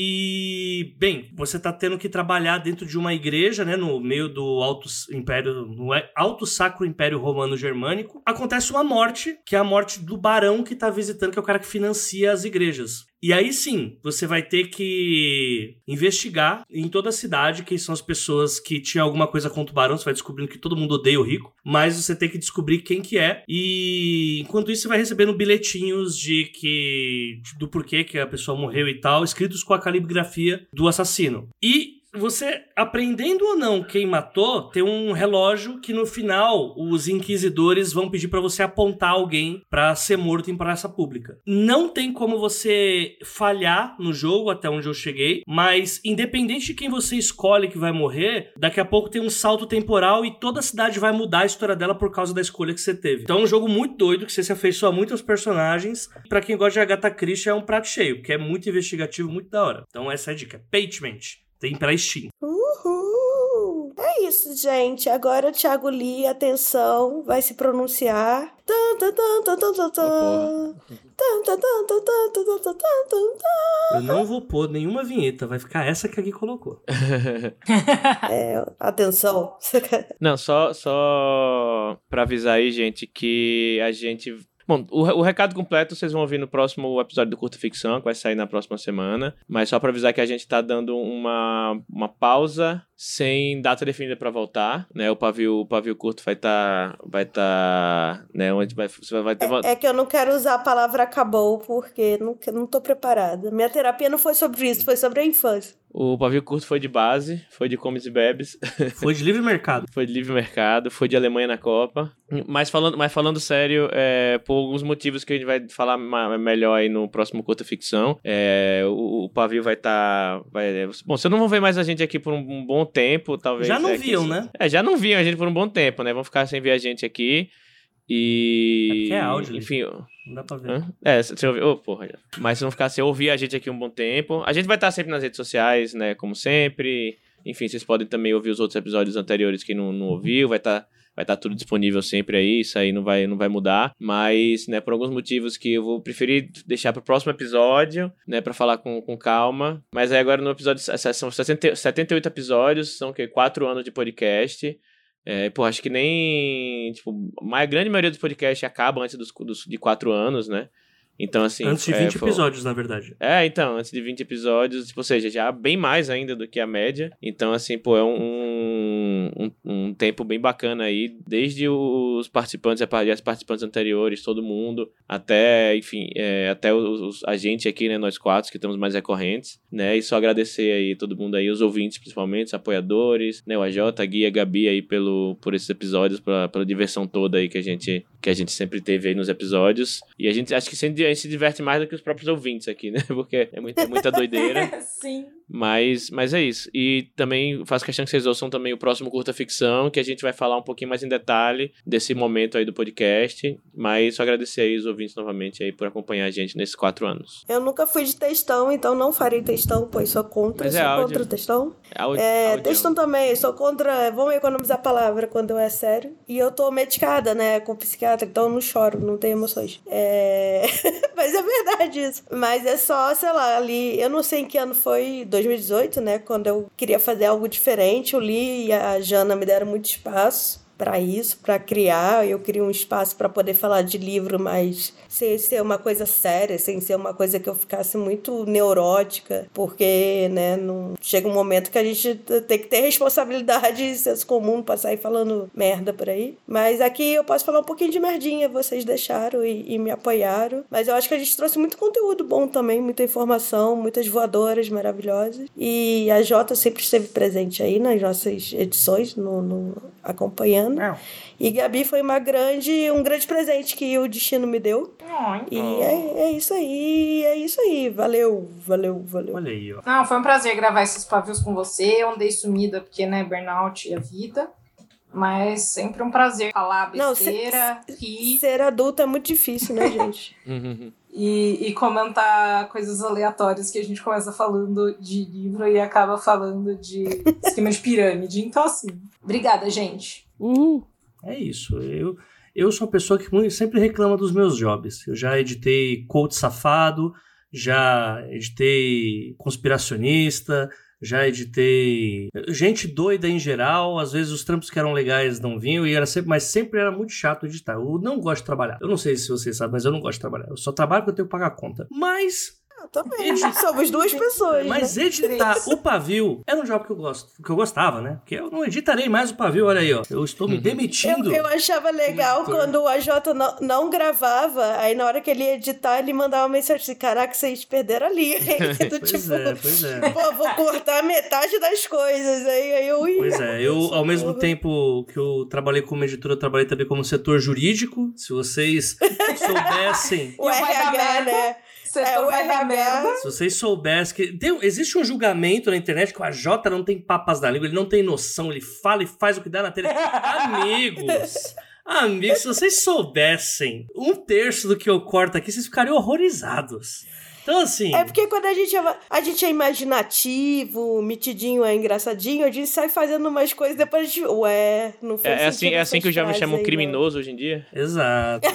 e, bem, você tá tendo que trabalhar dentro de uma igreja, né, no meio do Alto S- Império, no é- Alto Sacro Império Romano Germânico. Acontece uma morte, que é a morte do barão que tá visitando, que é o cara que financia as igrejas. E aí sim, você vai ter que investigar em toda a cidade quem são as pessoas que tinham alguma coisa contra o barão, você vai descobrindo que todo mundo odeia o rico, mas você tem que descobrir quem que é. E enquanto isso, você vai recebendo bilhetinhos de que. do porquê que a pessoa morreu e tal, escritos com a caligrafia do assassino. E você, aprendendo ou não quem matou, tem um relógio que no final os inquisidores vão pedir pra você apontar alguém pra ser morto em praça pública. Não tem como você falhar no jogo até onde eu cheguei, mas independente de quem você escolhe que vai morrer, daqui a pouco tem um salto temporal e toda a cidade vai mudar a história dela por causa da escolha que você teve. Então é um jogo muito doido que você se afeiçoa muito aos personagens. Pra quem gosta de Agatha Christie é um prato cheio, porque é muito investigativo, muito da hora. Então essa é a dica. Patement. Tem pra Steam.
Uhul! É isso, gente. Agora o Thiago Lee, atenção, vai se pronunciar. Tan, tan, tan, tan, tan, tan, tan. Tan, tan, tan, tan, tan, tan, tan, tan, tan, tan, tan.
Eu não vou pôr nenhuma vinheta, vai ficar essa que a Gui colocou.
É, atenção.
Não, só, só pra avisar aí, gente, que a gente. Bom, o, o recado completo vocês vão ouvir no próximo episódio do Curta Ficção, que vai sair na próxima semana. Mas só pra avisar que a gente tá dando uma, uma pausa sem data definida pra voltar, né? O pavio, o pavio curto vai estar. vai estar. né? Onde vai, você vai ter.
É que eu não quero usar a palavra acabou, porque não, não tô preparada. Minha terapia não foi sobre isso, foi sobre a infância.
O pavio curto foi de base, foi de comes e bebes.
Foi de livre mercado.
Foi de livre mercado, foi de Alemanha na Copa. Mas falando, mas falando sério, é, por alguns motivos que a gente vai falar ma- melhor aí no próximo Curta Ficção, é, o, o Pavio vai estar. bom, vocês não vão ver mais a gente aqui por um, um bom tempo, talvez.
Já não
é,
viam,
que-
né?
É, já não viam a gente por um bom tempo, né? Vão ficar sem ver a gente aqui. E.
É porque é áudio,
Enfim.
Não dá pra ver.
Hã? É, você ouviu. Ô, porra. já. Mas se não ficar sem ouvir a gente aqui um bom tempo. A gente vai estar sempre nas redes sociais, né? Como sempre. Enfim, vocês podem também ouvir os outros episódios anteriores que não, não ouviu. Vai estar. Vai estar tudo disponível sempre aí, isso aí não vai, não vai mudar. Mas, né, por alguns motivos que eu vou preferir deixar para o próximo episódio, né, para falar com, com calma. Mas aí agora no episódio, são 60 78 episódios, são o quê? 4 anos de podcast. É, pô, acho que nem. Tipo, a grande maioria dos podcasts acaba antes dos, dos- de quatro anos, né? Então, assim.
Antes de
é,
20
foi-
episódios, na verdade.
É, então, antes de 20 episódios, tipo, ou seja, já bem mais ainda do que a média. Então, assim, pô, é um, um, um tempo bem bacana aí, desde os participantes, e as participantes anteriores, todo mundo, até, enfim, é, até os, os- a gente aqui, né, nós quatro, que estamos mais recorrentes, né, e só agradecer aí todo mundo aí, os ouvintes principalmente, os apoiadores, né, o AJ, a Guia, a Gabi aí pelo, por esses episódios, pela, pela diversão toda aí que a gente que a gente sempre teve aí nos episódios. E a gente acho que sempre, a gente se diverte mais do que os próprios ouvintes aqui, né? Porque é muita, muita doideira.
Sim.
Mas, mas é isso. E também faço questão que vocês ouçam também o próximo Curta Ficção, que a gente vai falar um pouquinho mais em detalhe desse momento aí do podcast. Mas só agradecer aí os ouvintes novamente aí por acompanhar a gente nesses quatro anos.
Eu nunca fui de textão, então não farei textão, pois sou contra.
Mas é
sou
áudio.
contra o textão.
Au-
É,
audião.
textão também, sou contra. Vamos economizar palavra quando é sério. E eu tô medicada, né, com psiquiatra, então eu não choro, não tenho emoções. É. Mas é verdade isso. Mas é só, sei lá, ali. Eu não sei em que ano foi, 2018, né? Quando eu queria fazer algo diferente. Eu li e a Jana me deram muito espaço pra isso, pra criar. Eu queria um espaço pra poder falar de livro, mas sem ser uma coisa séria, sem ser uma coisa que eu ficasse muito neurótica, porque, né, não chega um momento que a gente t- tem que ter responsabilidade e senso comum pra sair falando merda por aí. Mas aqui eu posso falar um pouquinho de merdinha, vocês deixaram e, e me apoiaram. Mas eu acho que a gente trouxe muito conteúdo bom também, muita informação, muitas voadoras maravilhosas. E a Jota sempre esteve presente aí nas nossas edições, no, no- acompanhando. E Gabi foi uma grande, um grande presente que o destino me deu.
Ai.
E
Oh.
é, é isso aí, é isso aí. Valeu, valeu, valeu.
Olha aí, ó.
Não, foi um prazer gravar esses pavios com você. Eu andei sumida porque, né, burnout e a vida. Mas sempre um prazer falar
Não, cê-
besteira, rir
Ser adulto é muito difícil, né, gente?
e, e comentar coisas aleatórias que a gente começa falando de livro e acaba falando de esquema de pirâmide. Então, assim, obrigada, gente.
Uhul.
É isso. Eu, eu sou uma pessoa que mu- sempre reclama dos meus jobs. Eu já editei coach safado, já editei conspiracionista, já editei gente doida em geral. Às vezes os trampos que eram legais não vinham e era sempre, mas sempre era muito chato editar. Eu não gosto de trabalhar. Eu não sei se vocês sabem, mas eu não gosto de trabalhar. Eu só trabalho porque eu tenho que pagar a conta. Mas
Eu também. Somos duas pessoas.
Mas
né?
editar o pavio era um job que eu gosto, que eu gostava, né? Porque eu não editarei mais o pavio, olha aí, ó. Eu estou me demitindo.
Uhum. Eu, eu achava legal
Editor.
quando o AJ não, não gravava, aí na hora que ele ia editar, ele mandava uma mensagem assim: caraca, vocês perderam ali. Do
Pois
tipo,
é, pois é.
pô, vou cortar metade das coisas. Aí, aí eu ia.
Pois é, eu ao mesmo tempo que eu trabalhei como editor, eu trabalhei também como setor jurídico. Se vocês soubessem,
O
Não vai dar
RH,
merda.
né?
Você
É, o
vai dar
RH.
merda.
se vocês soubessem que tem- existe um julgamento na internet que o AJ não tem papas na língua, ele não tem noção, ele fala e faz o que dá na telha. Amigos, amigos, se vocês soubessem um terço do que eu corto aqui, vocês ficariam horrorizados. Então, assim.
É porque quando a gente é, a gente é imaginativo, mitidinho é engraçadinho, a gente sai fazendo umas coisas depois a gente. Ué, não
É,
fez
é assim,
sentido
é assim que
essas
os jovens
frases
chamam
aí, né?
criminoso hoje em dia.
Exato.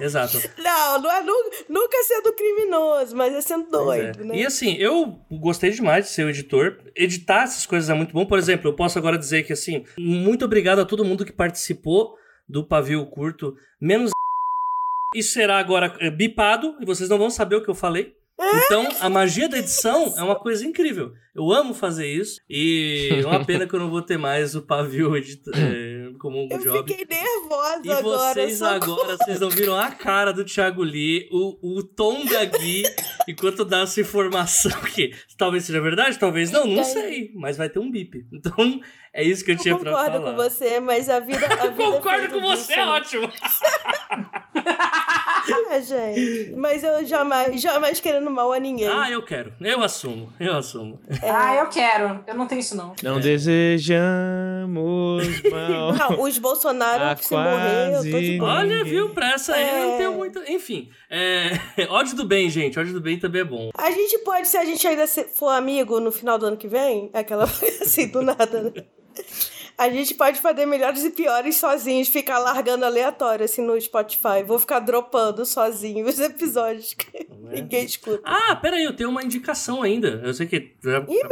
Exato.
Não, não, não é nu- nunca sendo criminoso, mas é sendo
Pois
doido,
é.
né?
E assim, eu gostei demais de ser o editor. Editar essas coisas é muito bom. Por exemplo, eu posso agora dizer que assim, muito obrigado a todo mundo que participou do pavio curto, menos isso será agora é, bipado e vocês não vão saber o que eu falei. Então, a magia da edição é uma coisa incrível. Eu amo fazer isso e é uma pena que eu não vou ter mais o pavio edita- é, como um
Eu
job.
fiquei nervosa
E
agora.
vocês
só-
agora, vocês não viram a cara do Thiago Lee, o, o tom da Gui, enquanto dá essa informação que talvez seja verdade, talvez não, não sei, mas vai ter um bip. Então, é isso que eu, tinha
Então, Eu
pra
concordo
falar.
com você, mas a vida. A vida é
Concordo
feita
com você,
disso,
é
né?
ótimo.
Ah, gente. Mas eu jamais, jamais querendo mal a ninguém.
Ah, eu quero. Eu assumo, eu assumo.
É.
Ah, eu quero. Eu não tenho isso, não.
Não desejamos mal.
Não, os Bolsonaro
Ah,
se morrer, eu tô
quase.
de boa.
Olha, viu, pra essa aí eu não
É.
tenho muito. Enfim, é... ódio do bem, gente. Ódio do bem também é bom.
A gente pode, se a é gente ainda se- for amigo no final do ano que vem, aquela assim do nada, né? A gente pode fazer melhores e piores sozinhos, ficar largando aleatório assim no Spotify. Vou ficar dropando sozinho os episódios que ninguém escuta.
né? Ah, peraí, eu tenho uma indicação ainda. Eu sei que.
Ih,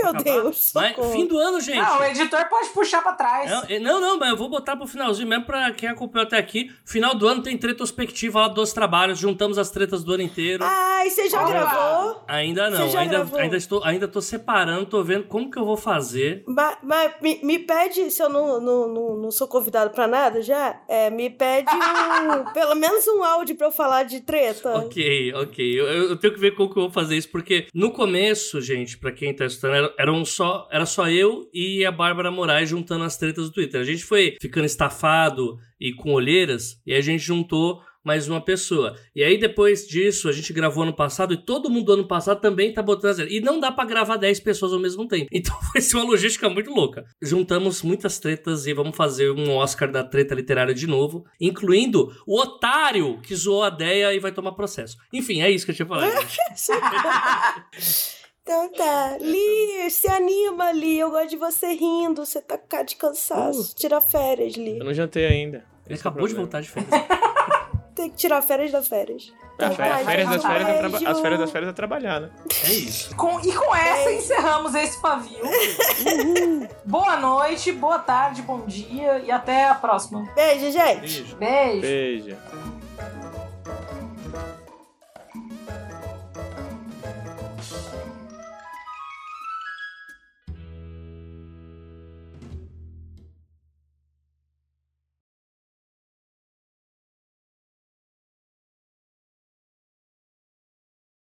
meu Deus.
Mas,
socorro.
fim do ano, gente.
Não, Ah, o editor pode puxar pra trás.
Não, eh, não, não, mas eu vou botar pro finalzinho mesmo pra quem acompanhou até aqui. Final do ano tem retrospectiva lá dos trabalhos, juntamos as tretas do ano inteiro.
Ai, você já
Olha.
gravou?
ainda
Ah, você
não,
já
ainda,
gravou?
ainda, estou, ainda tô separando, tô vendo como que eu vou fazer.
Mas, mas me, me pede, se eu não, não, não, não sou convidado pra nada já, é, me pede um- pelo menos um áudio pra eu falar de treta.
Ok, ok. Eu, eu- eu tenho que ver como que eu vou fazer isso, porque no começo, gente, pra quem tá escutando, era, era um só, era só eu e a Bárbara Moraes juntando as tretas do Twitter. A gente foi ficando estafado e com olheiras, e a gente juntou mais uma pessoa. E aí, depois disso, a gente gravou ano passado e todo mundo ano passado também tá botando as... E não dá pra gravar 10 pessoas ao mesmo tempo. Então vai ser uma logística muito louca. Juntamos muitas tretas e vamos fazer um Oscar da treta literária de novo, incluindo o otário que zoou a ideia e vai tomar processo. Enfim, é isso que eu tinha falado. gente.
Então tá. Li, se anima, Li. Eu gosto de você rindo. Você tá com cara de cansaço. Tira férias, Li.
Eu não jantei ainda.
Ele
Esse é o
acabou de
problema.
voltar de férias.
Tem que tirar férias da férias.
Ah,
Então
fé-
tá,
férias das
gente,
férias é traba-
beijo.
As férias das férias é trabalhar, né?
É isso.
Com- e com essa encerramos esse pavio. boa noite, boa tarde, bom dia e até a próxima.
Beijo, gente.
Beijo.
Beijo.
Beijo.